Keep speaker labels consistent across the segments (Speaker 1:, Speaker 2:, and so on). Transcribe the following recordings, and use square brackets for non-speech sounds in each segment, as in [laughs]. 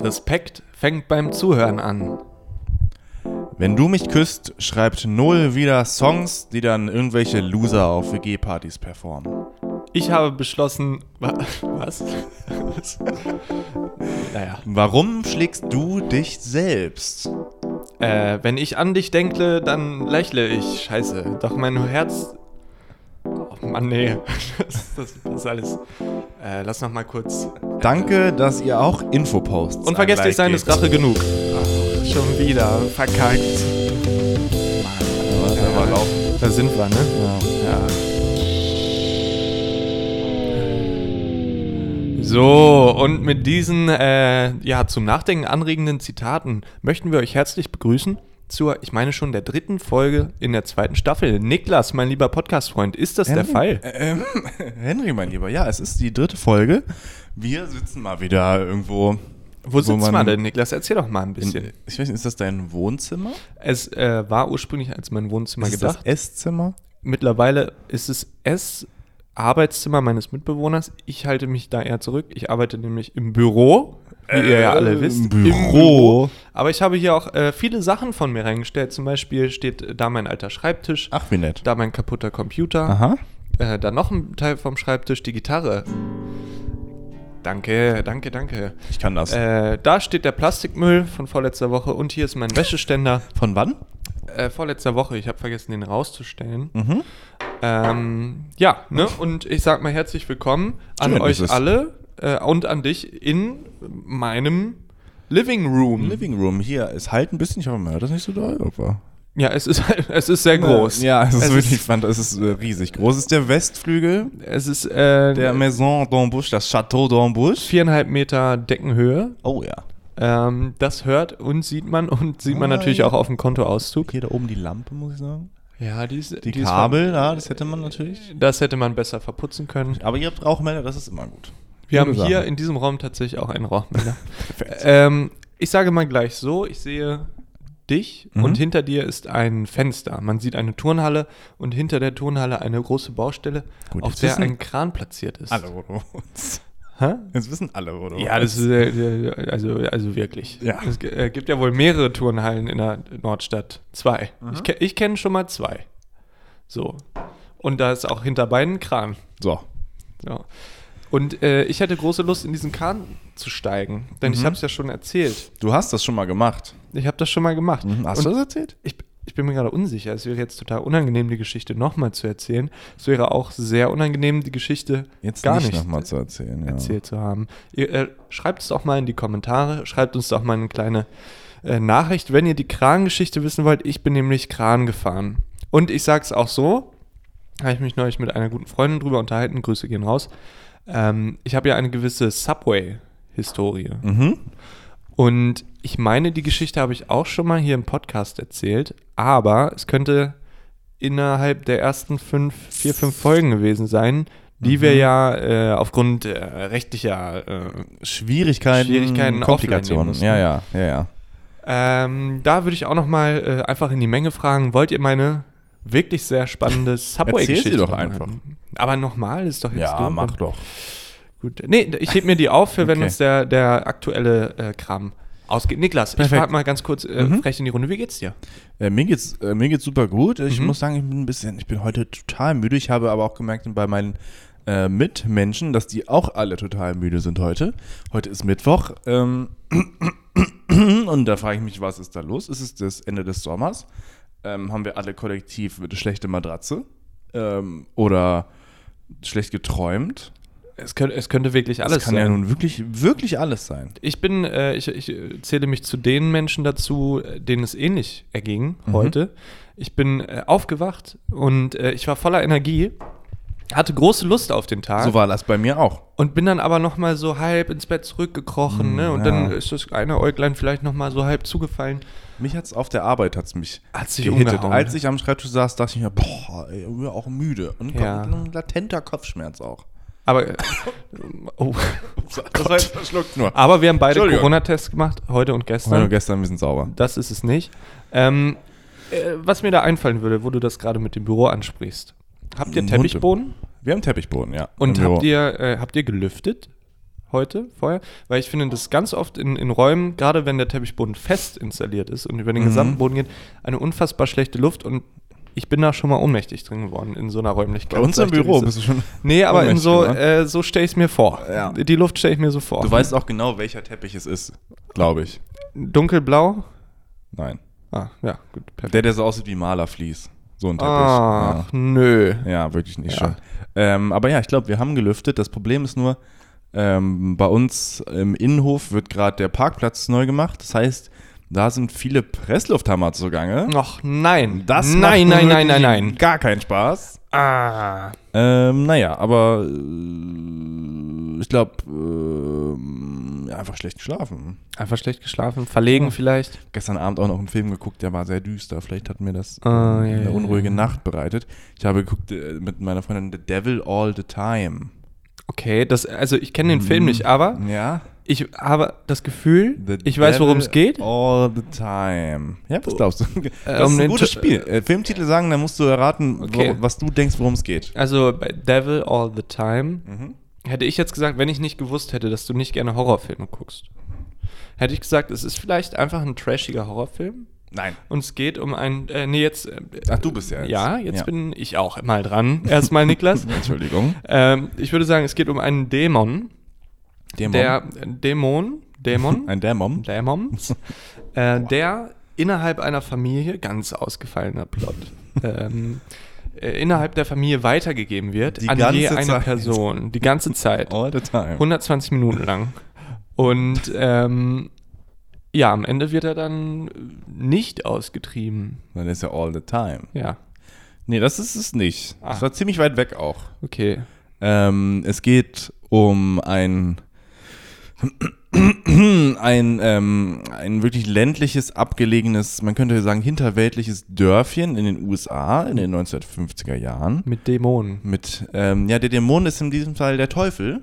Speaker 1: Respekt fängt beim Zuhören an.
Speaker 2: Wenn du mich küsst, schreibt Null wieder Songs, die dann irgendwelche Loser auf WG-Partys performen.
Speaker 1: Ich habe beschlossen. Wa was? was? naja.
Speaker 2: Warum schlägst du dich selbst?
Speaker 1: Äh, wenn ich an dich denke, dann lächle ich. Scheiße. Doch mein Herz. Oh Mann, nee. [laughs] Das, das, das ist alles. Äh, lass noch mal kurz.
Speaker 2: Danke, dass ihr auch Infoposts
Speaker 1: Und vergesst
Speaker 2: ein
Speaker 1: nicht sein,
Speaker 2: Like
Speaker 1: ist Rache
Speaker 2: gebt.
Speaker 1: genug. schon wieder verkackt.
Speaker 2: Aber
Speaker 1: Ja.
Speaker 2: selber laufen.
Speaker 1: Da sind wir, ne? Ja. So, und mit diesen äh, ja, zum Nachdenken anregenden Zitaten möchten wir euch herzlich begrüßen zur, ich meine schon, der dritten Folge in der zweiten Staffel. Niklas, mein lieber Podcast-Freund, ist das der Fall?
Speaker 2: Ähm, [laughs] Henry, mein Lieber, ja, es ist die dritte Folge. Wir sitzen mal wieder irgendwo.
Speaker 1: Wo sitzt man,
Speaker 2: man-
Speaker 1: denn, Niklas? Erzähl doch mal ein bisschen.
Speaker 2: In, ich weiß nicht, ist das dein Wohnzimmer?
Speaker 1: es äh, war ursprünglich als mein Wohnzimmer
Speaker 2: ist es
Speaker 1: gedacht.
Speaker 2: das Esszimmer?
Speaker 1: Mittlerweile ist es es Arbeitszimmer meines Mitbewohners. Ich halte mich da eher zurück. Ich arbeite nämlich im Büro, wie ihr ja
Speaker 2: Äh,
Speaker 1: alle wisst.
Speaker 2: im Büro.
Speaker 1: Aber ich habe hier auch äh, viele Sachen von mir reingestellt. Zum Beispiel steht äh, da mein alter Schreibtisch,
Speaker 2: Ach, wie nett.
Speaker 1: da mein kaputter Computer,
Speaker 2: Ah. Aha.
Speaker 1: äh, da noch ein Teil vom Schreibtisch, die Gitarre. Danke, danke, danke.
Speaker 2: Ich kann das.
Speaker 1: Äh, da steht der Plastikmüll von vorletzter Woche und hier ist
Speaker 2: [laughs]
Speaker 1: mein Wäscheständer
Speaker 2: Von wann?
Speaker 1: äh, vorletzter Woche. Ich habe vergessen, den rauszustellen.
Speaker 2: Mhm.
Speaker 1: Ähm, ja, ne? Und ich sag mal herzlich willkommen an
Speaker 2: Hm. Schön
Speaker 1: euch
Speaker 2: ist es.
Speaker 1: alle äh, und an dich in meinem Living Room.
Speaker 2: Living Room hier. Es halt ein bisschen, ich hoffe, man hört das nicht so doll. Aber
Speaker 1: ja, es ist [laughs] es ist sehr groß.
Speaker 2: Ja, [laughs] es ist
Speaker 1: Äh, Es
Speaker 2: wirklich
Speaker 1: ist-
Speaker 2: fand, es ist äh, riesig. Groß ist der Westflügel
Speaker 1: Es ist äh,
Speaker 2: der Maison d'Ambush, das Château d'Ambush.
Speaker 1: viereinhalb Meter Deckenhöhe.
Speaker 2: Oh ja.
Speaker 1: Ähm, das hört und sieht man und sieht man
Speaker 2: Ah,
Speaker 1: natürlich
Speaker 2: ja.
Speaker 1: auch auf dem Kontoauszug.
Speaker 2: Hier da oben die Lampe, muss ich sagen.
Speaker 1: Ja, die, ist-
Speaker 2: Die,
Speaker 1: ist-
Speaker 2: Kabel, ja, das hätte man natürlich.
Speaker 1: Das hätte man besser verputzen können.
Speaker 2: Aber ihr habt Rauchmelder, das ist immer gut.
Speaker 1: Wir
Speaker 2: Gute
Speaker 1: haben hier
Speaker 2: Sache.
Speaker 1: in diesem Raum tatsächlich auch einen
Speaker 2: [laughs]
Speaker 1: Rauchmelder.
Speaker 2: Perfekt.
Speaker 1: Ähm, ich sage mal gleich so, ich sehe dich
Speaker 2: Mhm.
Speaker 1: und hinter dir ist ein Fenster. Man sieht eine Turnhalle und hinter der Turnhalle eine große Baustelle,
Speaker 2: Gut,
Speaker 1: auf
Speaker 2: jetzt
Speaker 1: der
Speaker 2: wissen
Speaker 1: ein Kran platziert ist.
Speaker 2: alle, wo du wohnst.
Speaker 1: Hä?
Speaker 2: Jetzt wissen alle, wo du
Speaker 1: Ja, das ist äh, äh, also, also wirklich.
Speaker 2: Ja.
Speaker 1: Es g- äh, gibt ja wohl mehrere Turnhallen in der Nordstadt. Zwei.
Speaker 2: Mhm.
Speaker 1: Ich, ke- ich kenne schon mal zwei. So. Und da ist auch hinter beiden ein Kran.
Speaker 2: So.
Speaker 1: Ja. Und äh, ich hätte große Lust, in diesen Kran zu steigen, denn
Speaker 2: Mhm.
Speaker 1: ich habe es ja schon erzählt.
Speaker 2: Du hast das schon mal gemacht. Mhm.
Speaker 1: Ich habe das schon mal gemacht.
Speaker 2: Hast
Speaker 1: Und
Speaker 2: du das erzählt?
Speaker 1: ich, ich bin mir gerade unsicher. Es wäre jetzt total unangenehm, die Geschichte nochmal zu erzählen. Es wäre auch sehr unangenehm, die Geschichte
Speaker 2: Jetzt
Speaker 1: gar
Speaker 2: nicht,
Speaker 1: nicht,
Speaker 2: nochmal zu erzählen. Ja.
Speaker 1: erzählt zu haben. Ihr, äh, schreibt es doch mal in die Kommentare. Schreibt uns doch mal eine kleine äh, Nachricht, wenn ihr die Kran-Geschichte wissen wollt. Ich bin nämlich Kran gefahren. Und ich sag's auch so, habe ich mich neulich mit einer guten Freundin drüber unterhalten. Grüße gehen raus. Ähm, ich habe ja eine gewisse Subway-Historie.
Speaker 2: Mhm.
Speaker 1: Und ich meine, die Geschichte habe ich auch schon mal hier im Podcast erzählt, aber es könnte innerhalb der ersten fünf, vier, fünf Folgen gewesen sein, die
Speaker 2: Mhm.
Speaker 1: wir ja äh, aufgrund äh, rechtlicher äh,
Speaker 2: Schwierigkeiten,
Speaker 1: Schwierigkeiten offline nehmen
Speaker 2: Komplikationen.
Speaker 1: mussten.
Speaker 2: Ja, ja, ja, ja.
Speaker 1: ähm, da würde ich auch noch mal äh, einfach in die Menge fragen, wollt ihr meine wirklich sehr spannende Subway-Geschichte?
Speaker 2: [laughs] Erzähl sie doch
Speaker 1: noch mal
Speaker 2: einfach.
Speaker 1: haben? Aber nochmal ist doch jetzt
Speaker 2: Ja,
Speaker 1: doof.
Speaker 2: mach doch.
Speaker 1: Gut. Nee, ich heb mir die auf, für wenn
Speaker 2: Okay.
Speaker 1: uns der, der aktuelle äh, Kram ausgeht. Niklas, ich
Speaker 2: Perfekt. Mhm.
Speaker 1: frage mal ganz kurz äh, frech in die Runde, wie geht's dir?
Speaker 2: Äh, mir geht's, äh, mir geht's super gut. Ich
Speaker 1: Mhm.
Speaker 2: muss sagen, ich bin ein bisschen, ich bin heute total müde. Ich habe aber auch gemerkt bei meinen äh, Mitmenschen, dass die auch alle total müde sind heute. Heute ist Mittwoch. Ähm, [clears throat] und da frage ich mich, was ist da los? Ist es das Ende des Sommers? Ähm, haben wir alle kollektiv eine schlechte Matratze? Ähm, oder schlecht geträumt?
Speaker 1: Es könnte, es könnte wirklich alles
Speaker 2: das kann
Speaker 1: sein.
Speaker 2: ja nun wirklich, wirklich alles sein.
Speaker 1: ich bin, äh, ich, ich äh, zähle mich zu den Menschen dazu, äh, denen es ähnlich erging
Speaker 2: Mhm.
Speaker 1: heute. Ich bin äh, aufgewacht und äh, ich war voller Energie, hatte große Lust auf den Tag
Speaker 2: So war das bei mir auch.
Speaker 1: und bin dann aber noch mal so halb ins Bett zurückgekrochen. ne? Und
Speaker 2: Mhm, ja.
Speaker 1: dann ist das eine Äuglein vielleicht noch mal so halb zugefallen.
Speaker 2: Mich hat's auf der Arbeit hat's mich
Speaker 1: Hat's dich
Speaker 2: gehittet.
Speaker 1: umgehauen.
Speaker 2: Als ich am Schreibtisch saß, dachte ich mir, boah, ey, mir auch müde und
Speaker 1: Ja.
Speaker 2: kom- ein latenter Kopfschmerz auch.
Speaker 1: Aber, äh, [laughs] oh.
Speaker 2: Das war jetzt verschluckt nur.
Speaker 1: aber wir haben beide
Speaker 2: Entschuldigung.
Speaker 1: Corona-Tests gemacht, heute und gestern.
Speaker 2: Heute und gestern, wir sind sauber.
Speaker 1: Das ist es nicht. Ähm, äh, was mir da einfallen würde, wo du das gerade mit dem Büro ansprichst. Habt ihr
Speaker 2: Ein
Speaker 1: Teppichboden?
Speaker 2: Wir haben Teppichboden, ja.
Speaker 1: Und
Speaker 2: Im Büro.
Speaker 1: habt ihr, äh, habt ihr gelüftet heute, vorher, weil ich finde, dass ganz oft in, in Räumen, gerade wenn der Teppichboden fest installiert ist und über den
Speaker 2: Mhm.
Speaker 1: gesamten Boden geht, eine unfassbar schlechte Luft und ich bin da schon mal ohnmächtig drin geworden in so einer Räumlichkeit.
Speaker 2: Bei uns im
Speaker 1: Vielleicht
Speaker 2: Büro
Speaker 1: diese-
Speaker 2: bist du schon.
Speaker 1: Nee, aber in
Speaker 2: ohnmächtig
Speaker 1: so,
Speaker 2: geworden.
Speaker 1: äh, so stelle ich es mir vor.
Speaker 2: Ja.
Speaker 1: Die Luft stelle ich mir so vor.
Speaker 2: Du weißt auch genau, welcher Teppich es ist, glaube ich.
Speaker 1: Dunkelblau?
Speaker 2: Nein.
Speaker 1: Ah, ja, gut, perfekt.
Speaker 2: Der, der so aussieht wie Malerflies. So ein Teppich.
Speaker 1: Ach, nö.
Speaker 2: ja. ja, wirklich nicht
Speaker 1: Ja.
Speaker 2: schön. Ähm, aber ja, ich glaube, wir haben gelüftet. Das Problem ist nur, ähm, bei uns im Innenhof wird gerade der Parkplatz neu gemacht. Das heißt, da sind viele Presslufthammer zugange.
Speaker 1: Noch nein.
Speaker 2: Das
Speaker 1: nein, nein,
Speaker 2: macht nun
Speaker 1: nein, nein,
Speaker 2: wirklich
Speaker 1: nein.
Speaker 2: Gar keinen Spaß.
Speaker 1: Ah.
Speaker 2: Ähm, naja, aber äh, ich glaube, ähm, ja, einfach schlecht geschlafen.
Speaker 1: Einfach schlecht geschlafen, verlegen vielleicht.
Speaker 2: Gestern Abend auch noch einen Film geguckt, der war sehr düster. Vielleicht hat mir das
Speaker 1: Ah,
Speaker 2: äh,
Speaker 1: ja,
Speaker 2: eine
Speaker 1: ja,
Speaker 2: unruhige Nacht bereitet. Ich habe geguckt äh, mit meiner Freundin The Devil All the Time.
Speaker 1: Okay, das, also ich
Speaker 2: Mhm.
Speaker 1: kenne den Film nicht, aber
Speaker 2: Ja.
Speaker 1: ich habe das Gefühl,
Speaker 2: The
Speaker 1: ich weiß, worum es
Speaker 2: Devil
Speaker 1: geht.
Speaker 2: All the Time. Ja, was glaubst du? Das
Speaker 1: um
Speaker 2: ist ein
Speaker 1: den
Speaker 2: gutes
Speaker 1: Ti-
Speaker 2: Spiel. Äh, Filmtitel sagen, dann musst du erraten,
Speaker 1: Okay.
Speaker 2: wo, was du denkst, worum es geht.
Speaker 1: Also bei Devil All the Time
Speaker 2: Mhm.
Speaker 1: hätte ich jetzt gesagt, wenn ich nicht gewusst hätte, dass du nicht gerne Horrorfilme guckst, hätte ich gesagt, es ist vielleicht einfach ein trashiger Horrorfilm.
Speaker 2: Nein.
Speaker 1: Und es geht um ein, äh, nee, jetzt. äh,
Speaker 2: Ach, du bist ja jetzt.
Speaker 1: Ja, jetzt
Speaker 2: Ja.
Speaker 1: bin ich auch mal dran. Erstmal
Speaker 2: [laughs]
Speaker 1: Niklas.
Speaker 2: Entschuldigung.
Speaker 1: ähm, ich würde sagen, es geht um einen Dämon,
Speaker 2: Dämon.
Speaker 1: der äh, Dämon,
Speaker 2: [laughs]
Speaker 1: Dämon,
Speaker 2: ein Dämon.
Speaker 1: Dämon, äh, der innerhalb einer Familie, ganz ausgefallener Plot, ähm, äh, innerhalb der Familie weitergegeben wird
Speaker 2: Die
Speaker 1: an je
Speaker 2: ganze
Speaker 1: eine
Speaker 2: Zeit. Oh.
Speaker 1: Person, die ganze Zeit,
Speaker 2: All the Time.
Speaker 1: 120 Minuten lang. Und ähm, ja, am Ende wird er dann nicht ausgetrieben.
Speaker 2: Dann ist ja All the Time.
Speaker 1: Ja,
Speaker 2: Nee, das ist es nicht.
Speaker 1: Ah.
Speaker 2: Das war ziemlich weit weg auch.
Speaker 1: okay.
Speaker 2: Ähm, es geht um ein [clears throat] ein, ähm, ein wirklich ländliches, abgelegenes, man könnte sagen hinterwäldliches Dörfchen in den USA in den 1950er Jahren.
Speaker 1: Mit Dämonen.
Speaker 2: Mit, ähm, ja, der Dämon ist in diesem Fall der Teufel,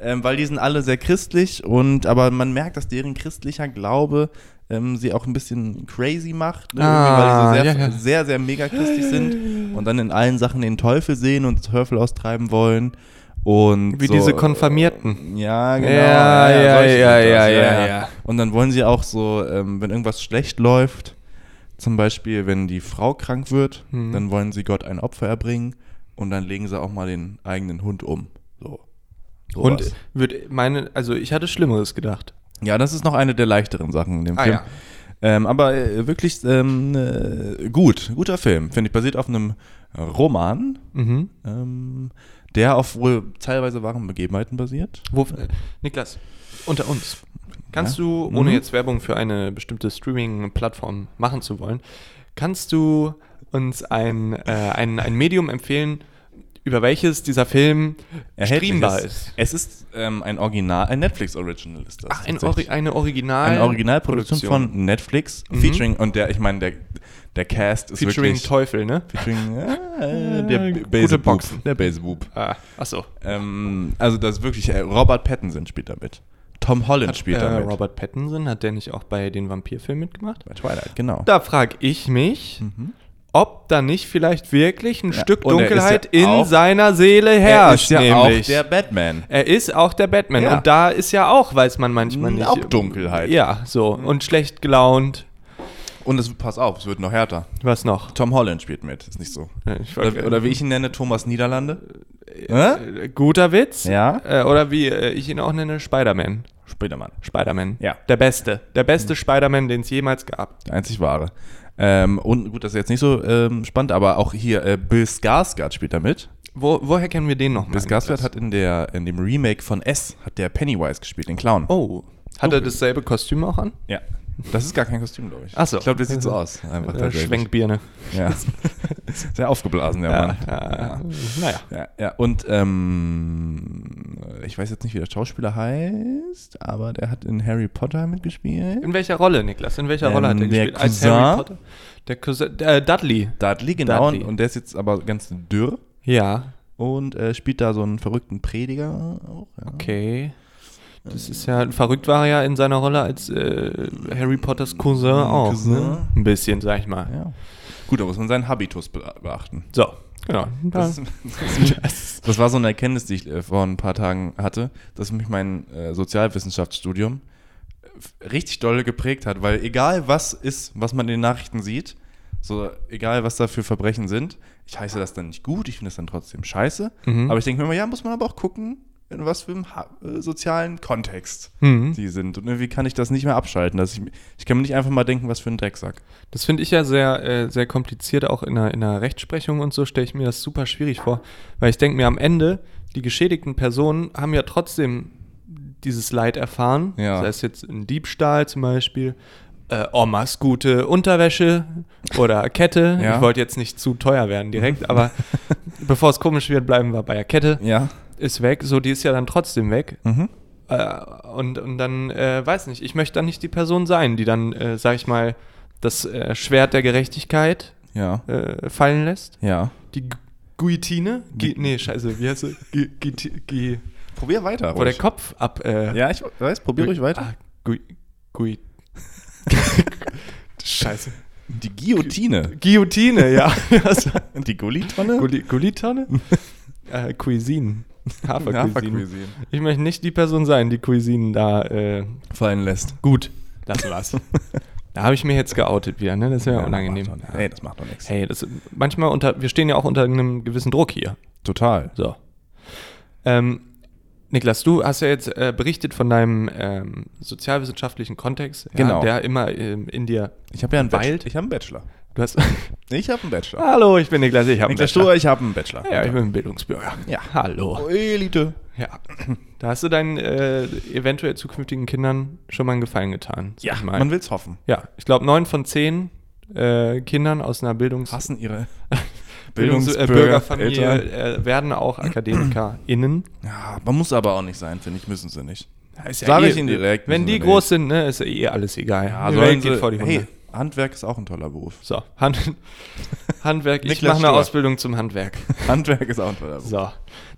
Speaker 2: ähm, weil die sind alle sehr christlich und, aber man merkt, dass deren christlicher Glaube ähm, sie auch ein bisschen crazy macht, ne?
Speaker 1: Ah,
Speaker 2: Irgendwie, weil sie so sehr,
Speaker 1: ja, ja.
Speaker 2: sehr, sehr mega christlich
Speaker 1: [laughs]
Speaker 2: sind und dann in allen Sachen den Teufel sehen und Teufel austreiben wollen. Und
Speaker 1: Wie
Speaker 2: so,
Speaker 1: diese
Speaker 2: äh,
Speaker 1: Konfirmierten.
Speaker 2: ja, genau.
Speaker 1: Ja, ja,
Speaker 2: solche
Speaker 1: ja,
Speaker 2: sind das,
Speaker 1: ja, ja, ja.
Speaker 2: Und dann wollen sie auch so, ähm, wenn irgendwas schlecht läuft, zum Beispiel, wenn die Frau krank wird,
Speaker 1: Hm.
Speaker 2: dann wollen sie Gott ein Opfer erbringen und dann legen sie auch mal den eigenen Hund um. So. äh, Sowas.
Speaker 1: Und wird meine, also ich hatte Schlimmeres gedacht.
Speaker 2: ja, das ist noch eine der leichteren Sachen in dem
Speaker 1: Ah,
Speaker 2: Film.
Speaker 1: ja.
Speaker 2: Ähm, aber äh, wirklich ähm, äh, gut, guter Film, finde ich, basiert auf einem Roman,
Speaker 1: Mhm.
Speaker 2: ähm, der auf wohl teilweise wahren Begebenheiten basiert.
Speaker 1: Wo, äh, Niklas, unter uns. Kannst du,
Speaker 2: Mhm.
Speaker 1: ohne jetzt Werbung für eine bestimmte Streaming-Plattform machen zu wollen, kannst du uns ein, äh, ein, ein Medium empfehlen, über welches dieser Film
Speaker 2: Erhältlich
Speaker 1: streambar
Speaker 2: ist.
Speaker 1: ist?
Speaker 2: Es ist ähm, ein Original, ein Netflix-Original ist das.
Speaker 1: Ach, ein
Speaker 2: tatsächlich.
Speaker 1: Ori eine Original
Speaker 2: Eine Originalproduktion von Netflix, featuring, und der, ich meine, der, der Cast ist
Speaker 1: Featuring
Speaker 2: wirklich...
Speaker 1: Teufel, ne? [laughs]
Speaker 2: Featuring äh,
Speaker 1: Ja,
Speaker 2: der
Speaker 1: gute
Speaker 2: Basebub.
Speaker 1: Boxen.
Speaker 2: Der Basebub.
Speaker 1: Ah, achso.
Speaker 2: Ähm, also das ist wirklich, äh, Robert Pattinson spielt damit. Tom Holland spielt
Speaker 1: äh,
Speaker 2: damit.
Speaker 1: Robert Pattinson, hat der nicht auch bei den Vampirfilmen mitgemacht?
Speaker 2: Bei Twilight, genau.
Speaker 1: Da frage ich mich, ob da nicht vielleicht wirklich ein
Speaker 2: Mhm. Ja,
Speaker 1: Stück
Speaker 2: und er ist
Speaker 1: Dunkelheit
Speaker 2: ja
Speaker 1: in
Speaker 2: auch-
Speaker 1: seiner Seele
Speaker 2: er
Speaker 1: herrscht.
Speaker 2: ist ja
Speaker 1: nämlich.
Speaker 2: auch der Batman.
Speaker 1: er ist auch der Batman.
Speaker 2: Ja.
Speaker 1: Und da ist ja auch, weiß man manchmal nicht.
Speaker 2: Auch Mhm. Dunkelheit.
Speaker 1: Ja, so. Und schlecht gelaunt.
Speaker 2: Und es, pass auf, es wird noch härter.
Speaker 1: Was noch?
Speaker 2: Tom Holland spielt mit, ist nicht so.
Speaker 1: Ich wollt-
Speaker 2: Oder, oder wie ich ihn nenne, Thomas Niederlande. Hä?
Speaker 1: äh, Guter Witz.
Speaker 2: Ja.
Speaker 1: Äh, oder wie äh, ich ihn auch nenne, Spider-Man.
Speaker 2: Spidermann.
Speaker 1: Spider-Man.
Speaker 2: Ja. Mhm.
Speaker 1: Der beste. Der beste Spider-Man, den es jemals gab.
Speaker 2: Der einzig wahre. Ähm, und gut, das ist jetzt nicht so ähm, spannend, aber auch hier äh, Bill Skarsgård spielt da mit.
Speaker 1: Wo, woher kennen wir den nochmal?
Speaker 2: Bill Skarsgård hat in, der, in dem Remake von S, hat der Pennywise gespielt, den Clown.
Speaker 1: Oh. Hat er
Speaker 2: Dunkel.
Speaker 1: dasselbe Kostüm auch an?
Speaker 2: Ja. Das ist gar kein Kostüm, glaube ich.
Speaker 1: Ach so.
Speaker 2: Ich glaube, der sieht
Speaker 1: [laughs]
Speaker 2: so aus. Einfach
Speaker 1: Äh,
Speaker 2: tatsächlich.
Speaker 1: Schwenkbirne. [laughs]
Speaker 2: Ja. Sehr aufgeblasen, der Mann.
Speaker 1: ja.
Speaker 2: Ja.
Speaker 1: Naja.
Speaker 2: Ja, ja. Und ähm, ich weiß jetzt nicht, wie der Schauspieler heißt, aber der hat in Harry Potter mitgespielt.
Speaker 1: In welcher Rolle, Niklas? In welcher
Speaker 2: Ähm,
Speaker 1: Rolle hat er
Speaker 2: der
Speaker 1: gespielt?
Speaker 2: Cousin?
Speaker 1: Der Cousin, äh, Dudley.
Speaker 2: Dudley, genau.
Speaker 1: Dudley.
Speaker 2: Und der ist jetzt aber ganz dürr
Speaker 1: Ja,
Speaker 2: und äh, spielt da so einen verrückten Prediger auch. Ja.
Speaker 1: okay. Das ist ja, halt, verrückt war er ja in seiner Rolle als äh, Harry Potters Cousin auch.
Speaker 2: Mhm, Cousin.
Speaker 1: Ne? Ein bisschen, sag ich mal.
Speaker 2: Ja. Gut, da muss man seinen Habitus be beachten.
Speaker 1: So, Genau.
Speaker 2: Das, das, das war so eine Erkenntnis, die ich äh, vor ein paar Tagen hatte, dass mich mein äh, Sozialwissenschaftsstudium äh, richtig doll geprägt hat, weil egal was ist, was man in den Nachrichten sieht, so egal was da für Verbrechen sind, ich heiße das dann nicht gut, ich finde das dann trotzdem scheiße,
Speaker 1: Mhm.
Speaker 2: aber ich denke mir immer, ja, muss man aber auch gucken, in was für einem ha äh, sozialen Kontext
Speaker 1: Mhm.
Speaker 2: die sind. Und irgendwie kann ich das nicht mehr abschalten. Dass ich, ich kann mir nicht einfach mal denken, was für ein Drecksack.
Speaker 1: Das finde ich ja sehr, äh, sehr kompliziert, auch in der, in der Rechtsprechung und so stelle ich mir das super schwierig vor. Weil ich denke mir am Ende, die geschädigten Personen haben ja trotzdem dieses Leid erfahren.
Speaker 2: Ja.
Speaker 1: Sei es jetzt ein Diebstahl zum Beispiel, äh, Omas gute Unterwäsche oder Kette.
Speaker 2: [laughs] Ja.
Speaker 1: Ich wollte jetzt nicht zu teuer werden direkt,
Speaker 2: [laughs]
Speaker 1: aber bevor es komisch wird, bleiben wir bei der Kette.
Speaker 2: Ja.
Speaker 1: Ist weg, so die ist ja dann trotzdem weg.
Speaker 2: Mhm.
Speaker 1: Äh, und, und dann, äh, weiß nicht, ich möchte dann nicht die Person sein, die dann, äh, sag ich mal, das äh, Schwert der Gerechtigkeit
Speaker 2: Ja.
Speaker 1: äh, fallen lässt.
Speaker 2: Ja.
Speaker 1: Die Gu- Guillotine? Gu
Speaker 2: Gu-
Speaker 1: nee, scheiße, wie heißt sie? Gu Gu Gu
Speaker 2: Probier weiter.
Speaker 1: wo der Kopf ab... Äh,
Speaker 2: Ja, ich weiß, probier ruhig weiter.
Speaker 1: Ah, Gui
Speaker 2: [laughs]
Speaker 1: Gui scheiße.
Speaker 2: Die Guillotine.
Speaker 1: Guillotine, ja.
Speaker 2: [laughs] Die Gullitonne?
Speaker 1: Gulli-
Speaker 2: [laughs]
Speaker 1: Guillotonne? äh, Cuisine. Hafercuisine.
Speaker 2: Hafercuisine.
Speaker 1: Ich möchte nicht die Person sein, die Cuisine da... Äh,
Speaker 2: Fallen lässt.
Speaker 1: Gut, lassen wir's. da habe ich mir jetzt geoutet wieder, ne? Das ist ja, unangenehm.
Speaker 2: macht doch- Ey, das macht doch nichts.
Speaker 1: Hey, das, manchmal unter, wir stehen ja auch unter einem gewissen Druck hier.
Speaker 2: Total.
Speaker 1: So. Ähm, Niklas, du hast ja jetzt äh, berichtet von deinem ähm, sozialwissenschaftlichen Kontext, ja,
Speaker 2: Genau.
Speaker 1: der immer ähm, in dir.
Speaker 2: Ich habe ja einen
Speaker 1: Wild?
Speaker 2: Bachelor. Ich habe einen Bachelor.
Speaker 1: Du hast. [laughs]
Speaker 2: Ich habe einen Bachelor.
Speaker 1: Hallo, ich bin Niklas, ich habe
Speaker 2: Niklas Stur, ich habe einen Ah, Bachelor.
Speaker 1: Ja, ich bin ein Bildungsbürger.
Speaker 2: Ja.
Speaker 1: Hallo.
Speaker 2: Elite.
Speaker 1: Ja. Da hast du deinen äh, eventuell zukünftigen Kindern schon mal einen Gefallen getan. sag
Speaker 2: Ja,
Speaker 1: ich mal.
Speaker 2: man will's hoffen.
Speaker 1: Ja, ich glaube, neun von zehn äh, Kindern aus einer [laughs] Bildungs
Speaker 2: Hassen ihre
Speaker 1: Bildungs äh,
Speaker 2: Bildungsbürger, Eltern.
Speaker 1: Bürgerfamilie äh, werden
Speaker 2: [clears throat]
Speaker 1: auch AkademikerInnen.
Speaker 2: Ja, man muss aber auch nicht sein, finde ich, müssen sie nicht.
Speaker 1: Ist
Speaker 2: Sag ich Ihnen eh direkt,
Speaker 1: Wenn
Speaker 2: müssen wir
Speaker 1: die
Speaker 2: nicht.
Speaker 1: groß sind, ne, ist ja eh alles egal.
Speaker 2: Ja,
Speaker 1: Die
Speaker 2: sollen
Speaker 1: Welt geht
Speaker 2: Also sie,
Speaker 1: vor die Hunde.
Speaker 2: hey, Handwerk ist auch ein toller Beruf.
Speaker 1: [laughs] So,
Speaker 2: [laughs]
Speaker 1: Hand, Handwerk. ich
Speaker 2: Niklas
Speaker 1: mache eine
Speaker 2: Stur.
Speaker 1: Ausbildung zum Handwerk.
Speaker 2: Handwerk ist auch ein toller Beruf.
Speaker 1: So.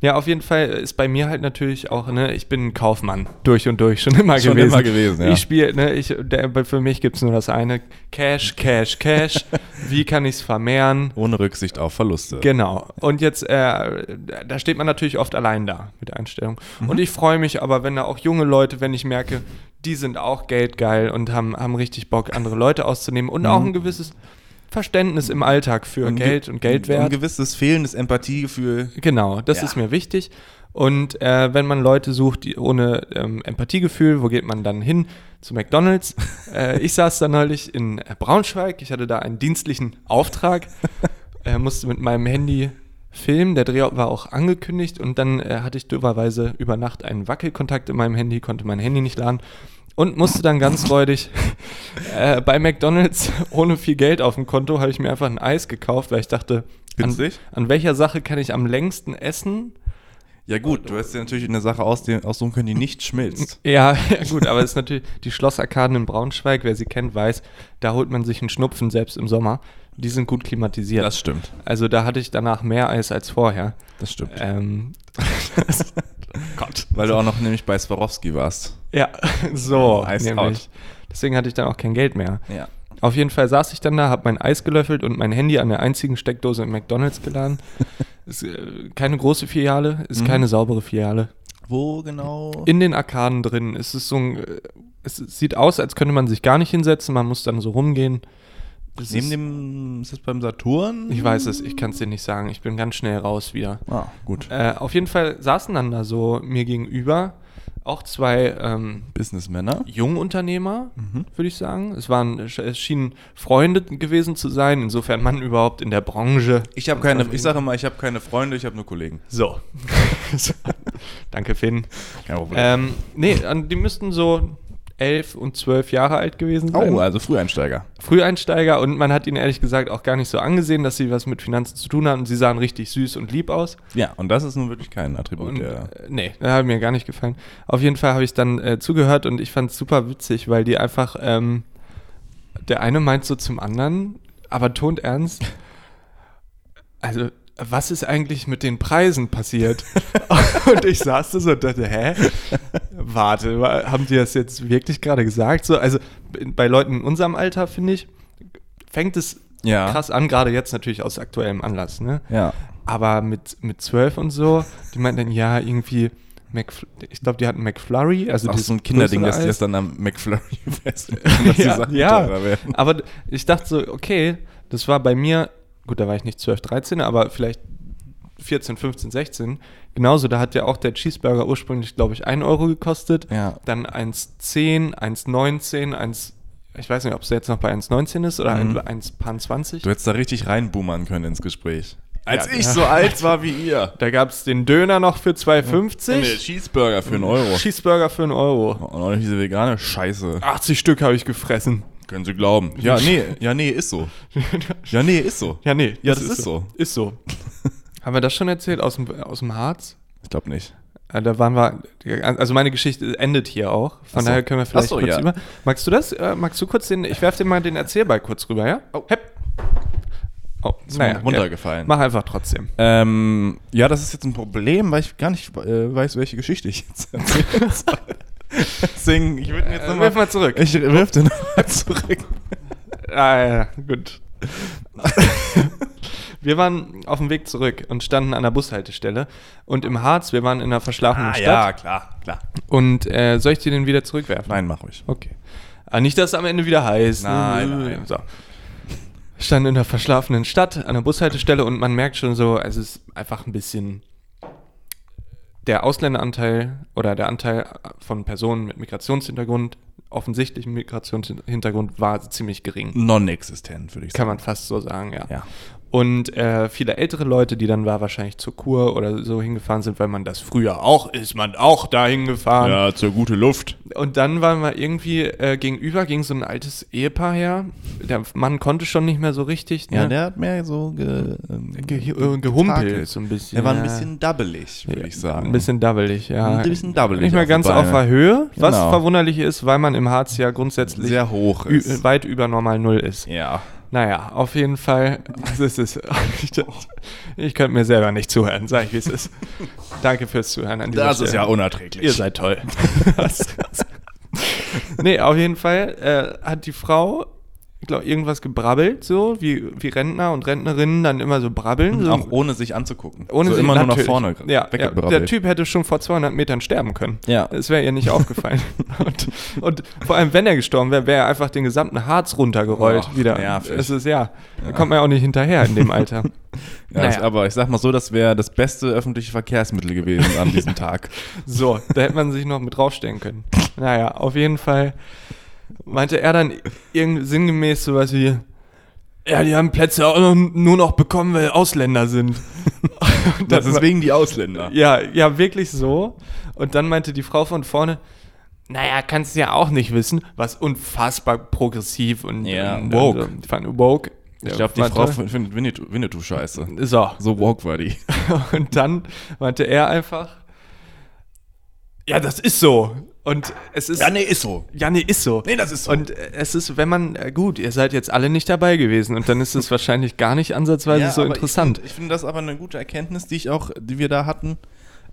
Speaker 1: Ja, auf jeden Fall ist bei mir halt natürlich auch, ne, ich bin ein Kaufmann. Durch und durch, schon immer
Speaker 2: Schon
Speaker 1: gewesen.
Speaker 2: immer gewesen, ja.
Speaker 1: Ich spiele, ne, ich, der, für mich gibt es nur das eine. Cash, Cash,
Speaker 2: [laughs]
Speaker 1: Cash. Wie kann ich es vermehren?
Speaker 2: Ohne Rücksicht auf Verluste.
Speaker 1: Genau. Und jetzt, äh, da steht man natürlich oft allein da mit der Einstellung.
Speaker 2: Mhm.
Speaker 1: Und ich freue mich aber, wenn da auch junge Leute, wenn ich merke, die sind auch geldgeil und haben, haben richtig Bock, andere Leute auszunehmen und auch ein gewisses Verständnis im Alltag für
Speaker 2: Mhm. Ein ge-
Speaker 1: Geld und
Speaker 2: Ein
Speaker 1: Geldwert.
Speaker 2: gewisses fehlendes Empathiegefühl.
Speaker 1: Genau, das
Speaker 2: Ja.
Speaker 1: ist mir wichtig. Und äh, wenn man Leute sucht die ohne ähm, Empathiegefühl, wo geht man dann hin? Zu
Speaker 2: [laughs]
Speaker 1: McDonalds. äh, ich saß da neulich in Braunschweig. Ich hatte da einen dienstlichen Auftrag, äh, musste mit meinem Handy filmen. Der Drehort war auch angekündigt und dann äh, hatte ich dürferweise über Nacht einen Wackelkontakt in meinem Handy, konnte mein Handy nicht laden und musste dann ganz freudig [laughs] äh, bei McDonalds [laughs] ohne viel Geld auf dem Konto habe ich mir einfach ein Eis gekauft, weil ich dachte, an,
Speaker 2: Günstig?
Speaker 1: an welcher Sache kann ich am längsten essen?
Speaker 2: Ja gut, du hättest dir natürlich eine Sache ausde- aussuchen können, die
Speaker 1: [laughs]
Speaker 2: nicht schmilzt.
Speaker 1: Ja, ja gut, aber es ist natürlich die Schlossarkaden in Braunschweig, wer sie kennt, weiß, da holt man sich einen Schnupfen selbst im Sommer. Die sind gut klimatisiert.
Speaker 2: Das stimmt.
Speaker 1: also da hatte ich danach mehr Eis als vorher.
Speaker 2: Das stimmt.
Speaker 1: Ähm,
Speaker 2: [laughs] Gott. Äh, Weil du auch noch nämlich bei Swarovski warst.
Speaker 1: ja, so.
Speaker 2: Eis
Speaker 1: nämlich. Deswegen hatte ich dann auch kein Geld mehr.
Speaker 2: Ja.
Speaker 1: Auf jeden Fall saß ich dann da, habe mein Eis gelöffelt und mein Handy an der einzigen Steckdose im McDonalds
Speaker 2: [laughs]
Speaker 1: geladen. ist äh, keine große Filiale,
Speaker 2: Mhm.
Speaker 1: ist keine saubere Filiale.
Speaker 2: Wo genau?
Speaker 1: In den Arkaden drin ist es so ein. äh, Es sieht aus, als könnte man sich gar nicht hinsetzen, man muss dann so rumgehen. Es
Speaker 2: Neben
Speaker 1: ist,
Speaker 2: dem, ist das beim Saturn?
Speaker 1: ich weiß es, ich kann es dir nicht sagen. Ich bin ganz schnell raus wieder.
Speaker 2: Ah, gut.
Speaker 1: Äh, auf jeden Fall saßen dann da so mir gegenüber auch zwei ähm,
Speaker 2: Businessmänner.
Speaker 1: Jungunternehmer,
Speaker 2: Mhm.
Speaker 1: würde ich sagen. Es, waren, es schienen Freunde gewesen zu sein, insofern man überhaupt in der Branche.
Speaker 2: Ich habe keine, ich sage immer, ich habe keine Freunde, ich habe nur Kollegen.
Speaker 1: So. [laughs] Danke, Finn.
Speaker 2: Kein Problem.
Speaker 1: Ähm, nee, an- die müssten so elf und zwölf Jahre alt gewesen sein.
Speaker 2: oh, also Früheinsteiger.
Speaker 1: Früheinsteiger und man hat ihnen ehrlich gesagt auch gar nicht so angesehen, dass sie was mit Finanzen zu tun hatten. Sie sahen richtig süß und lieb aus.
Speaker 2: Ja, und das ist nun wirklich kein Attribut.
Speaker 1: Und,
Speaker 2: der,
Speaker 1: äh, nee, das hat mir gar nicht gefallen. Auf jeden Fall habe ich dann äh, zugehört und ich fand es super witzig, weil die einfach, ähm, der eine meint so zum anderen, aber tont [laughs] ernst, also was ist eigentlich mit den Preisen passiert? [laughs] und ich saß da so und dachte, hä? Warte, wa- haben die das jetzt wirklich gerade gesagt? So, also b- bei Leuten in unserem Alter, finde ich, fängt es
Speaker 2: Ja.
Speaker 1: krass an, gerade jetzt natürlich aus aktuellem Anlass, ne?
Speaker 2: ja.
Speaker 1: Aber mit, mit 12 und so, die meinten dann, ja, irgendwie, Mcf ich glaube, die hatten McFlurry. Also
Speaker 2: Also das ist
Speaker 1: dieses
Speaker 2: so ein Kinderding, dass die
Speaker 1: Bröseleis.
Speaker 2: das dann am McFlurry [laughs]
Speaker 1: [laughs]
Speaker 2: festmachen, dass die
Speaker 1: ja,
Speaker 2: Sachen teurer
Speaker 1: ja.
Speaker 2: werden.
Speaker 1: aber d- ich dachte so, okay, das war bei mir, gut, da war ich nicht 12, 13, aber vielleicht 14, 15, 16. Genauso, da hat ja auch der Cheeseburger ursprünglich, glaube ich, 1 Euro gekostet.
Speaker 2: Ja.
Speaker 1: Dann 1,10, 1,19, 1, ich weiß nicht, ob es jetzt noch bei 1,19 ist oder
Speaker 2: Mhm.
Speaker 1: 1,20.
Speaker 2: Du hättest da richtig reinboomern können ins Gespräch. Als
Speaker 1: Ja.
Speaker 2: ich so alt war wie
Speaker 1: [laughs]
Speaker 2: ihr.
Speaker 1: Da gab es den Döner noch für
Speaker 2: Nee,
Speaker 1: 2,50.
Speaker 2: Cheeseburger für einen Euro.
Speaker 1: Cheeseburger für einen Euro.
Speaker 2: Und auch nicht diese vegane Scheiße.
Speaker 1: 80 Stück habe ich gefressen. [laughs]
Speaker 2: Können Sie glauben. Ja, nee, ja, nee, ist so. Ja, nee, ist so.
Speaker 1: ja, nee.
Speaker 2: Ja, das ist so.
Speaker 1: Ist
Speaker 2: [laughs]
Speaker 1: so. Haben wir das schon erzählt aus dem, aus dem Harz?
Speaker 2: Ich glaube nicht.
Speaker 1: Äh, Da waren wir, also meine Geschichte endet hier auch. Von
Speaker 2: Ach so.
Speaker 1: daher können wir vielleicht
Speaker 2: Ach so,
Speaker 1: kurz
Speaker 2: ja.
Speaker 1: über. Magst du das? Äh, magst du kurz den, ich werfe dir mal den Erzählball kurz rüber, ja? Oh. Hep. Oh, naja,
Speaker 2: mir runtergefallen.
Speaker 1: Ja. Mach einfach trotzdem.
Speaker 2: Ähm, ja, das ist jetzt ein Problem, weil ich gar nicht äh, weiß, welche Geschichte ich
Speaker 1: [laughs]
Speaker 2: jetzt erzählen soll. Deswegen, ich würde jetzt
Speaker 1: Äh,
Speaker 2: nochmal.
Speaker 1: wirf mal zurück.
Speaker 2: Ich wirf den nochmal zurück.
Speaker 1: Ah, ja,
Speaker 2: [laughs]
Speaker 1: gut. wir waren auf dem Weg zurück und standen an der Bushaltestelle. Und im Harz, wir waren in einer verschlafenen Stadt.
Speaker 2: Ah, klar, klar.
Speaker 1: Und äh, soll ich dir den wieder zurückwerfen?
Speaker 2: Nein, mach ruhig.
Speaker 1: Okay. Aber nicht, dass es am Ende wieder heißt. Äh,
Speaker 2: Nein, nein.
Speaker 1: So. Stand in der verschlafenen Stadt an der Bushaltestelle und man merkt schon so, es ist einfach ein bisschen der Ausländeranteil oder der Anteil von Personen mit Migrationshintergrund, offensichtlichem Migrationshintergrund, war ziemlich gering.
Speaker 2: Non-existent, würde ich
Speaker 1: Kann
Speaker 2: sagen.
Speaker 1: man fast so sagen, ja.
Speaker 2: Ja.
Speaker 1: Und äh, viele ältere Leute, die dann war wahrscheinlich zur Kur oder so hingefahren sind, weil man das früher auch ist, man auch dahin gefahren.
Speaker 2: Ja, zur gute Luft.
Speaker 1: Und dann waren wir irgendwie äh, gegenüber, ging so ein altes Ehepaar her. Der Mann konnte schon nicht mehr so richtig. Ne?
Speaker 2: Ja, der hat mehr so ge, ähm,
Speaker 1: Ge äh, gehumpelt
Speaker 2: getakelt.
Speaker 1: so ein bisschen.
Speaker 2: Der war ein
Speaker 1: ja.
Speaker 2: bisschen dubbelig, würde ich sagen.
Speaker 1: Ein bisschen dabbelig, ja.
Speaker 2: Ein bisschen dabbelig
Speaker 1: Nicht mehr
Speaker 2: auf die
Speaker 1: ganz
Speaker 2: Beine.
Speaker 1: auf der Höhe, was
Speaker 2: Genau.
Speaker 1: verwunderlich ist, weil man im Harz ja grundsätzlich
Speaker 2: sehr hoch
Speaker 1: ü- äh,
Speaker 2: ist.
Speaker 1: weit über normal Null ist.
Speaker 2: Ja.
Speaker 1: Naja, auf jeden Fall. Also es
Speaker 2: [laughs]
Speaker 1: ist, ich, ich könnte mir selber nicht zuhören, sage ich, wie es ist. Danke fürs Zuhören an dieser
Speaker 2: Das
Speaker 1: Stelle.
Speaker 2: ist ja unerträglich.
Speaker 1: Ihr seid
Speaker 2: [laughs]
Speaker 1: toll. nee, auf jeden Fall äh, hat die Frau, ich glaube, irgendwas gebrabbelt, so wie, wie Rentner und Rentnerinnen dann immer so brabbeln. [laughs] So,
Speaker 2: Mhm, auch ohne sich anzugucken.
Speaker 1: ohne
Speaker 2: so
Speaker 1: sie-
Speaker 2: immer nur nach
Speaker 1: natürlich.
Speaker 2: vorne
Speaker 1: Ja, ja,
Speaker 2: weggebrabbelt.
Speaker 1: der Typ hätte schon vor 200 Metern sterben können.
Speaker 2: Ja.
Speaker 1: Es wäre ihr nicht
Speaker 2: [laughs]
Speaker 1: aufgefallen. und, und vor allem, wenn er gestorben wäre, wäre er einfach den gesamten Harz runtergerollt
Speaker 2: Ach,
Speaker 1: wieder.
Speaker 2: nervig.
Speaker 1: Es ist ja, da kommt man ja auch nicht hinterher in dem Alter.
Speaker 2: Ja,
Speaker 1: Naja.
Speaker 2: ich, aber ich sag mal so, das wäre das beste öffentliche Verkehrsmittel gewesen an
Speaker 1: [laughs]
Speaker 2: diesem Tag.
Speaker 1: So, da hätte man sich noch mit draufstellen können. Naja, auf jeden Fall meinte er dann irgend sinngemäß sowas wie, ja, die haben Plätze auch noch- nur noch bekommen, weil Ausländer
Speaker 2: [laughs]
Speaker 1: sind. Und
Speaker 2: Das
Speaker 1: dann-
Speaker 2: ist wegen die Ausländer.
Speaker 1: ja, ja, wirklich so. Und dann meinte die Frau von vorne, naja, kannst du ja auch nicht wissen, was unfassbar progressiv und
Speaker 2: Ja,
Speaker 1: ähm,
Speaker 2: woke.
Speaker 1: und fand woke.
Speaker 2: Ich
Speaker 1: Ja,
Speaker 2: glaube, die
Speaker 1: meinte-
Speaker 2: Frau fin- findet Winnetou, Winnetou scheiße.
Speaker 1: So,
Speaker 2: So woke war die.
Speaker 1: [laughs] und dann meinte er einfach, ja, das ist so. Und es ist.
Speaker 2: nee, ist so.
Speaker 1: Ja, nee, ist so.
Speaker 2: Nee, das ist so.
Speaker 1: Und äh, es ist, wenn man, äh, gut, ihr seid jetzt alle nicht dabei gewesen und dann ist
Speaker 2: [laughs]
Speaker 1: es wahrscheinlich gar nicht ansatzweise so
Speaker 2: aber
Speaker 1: interessant.
Speaker 2: Ich finde ich finde das aber eine gute Erkenntnis, die ich auch, die wir da hatten,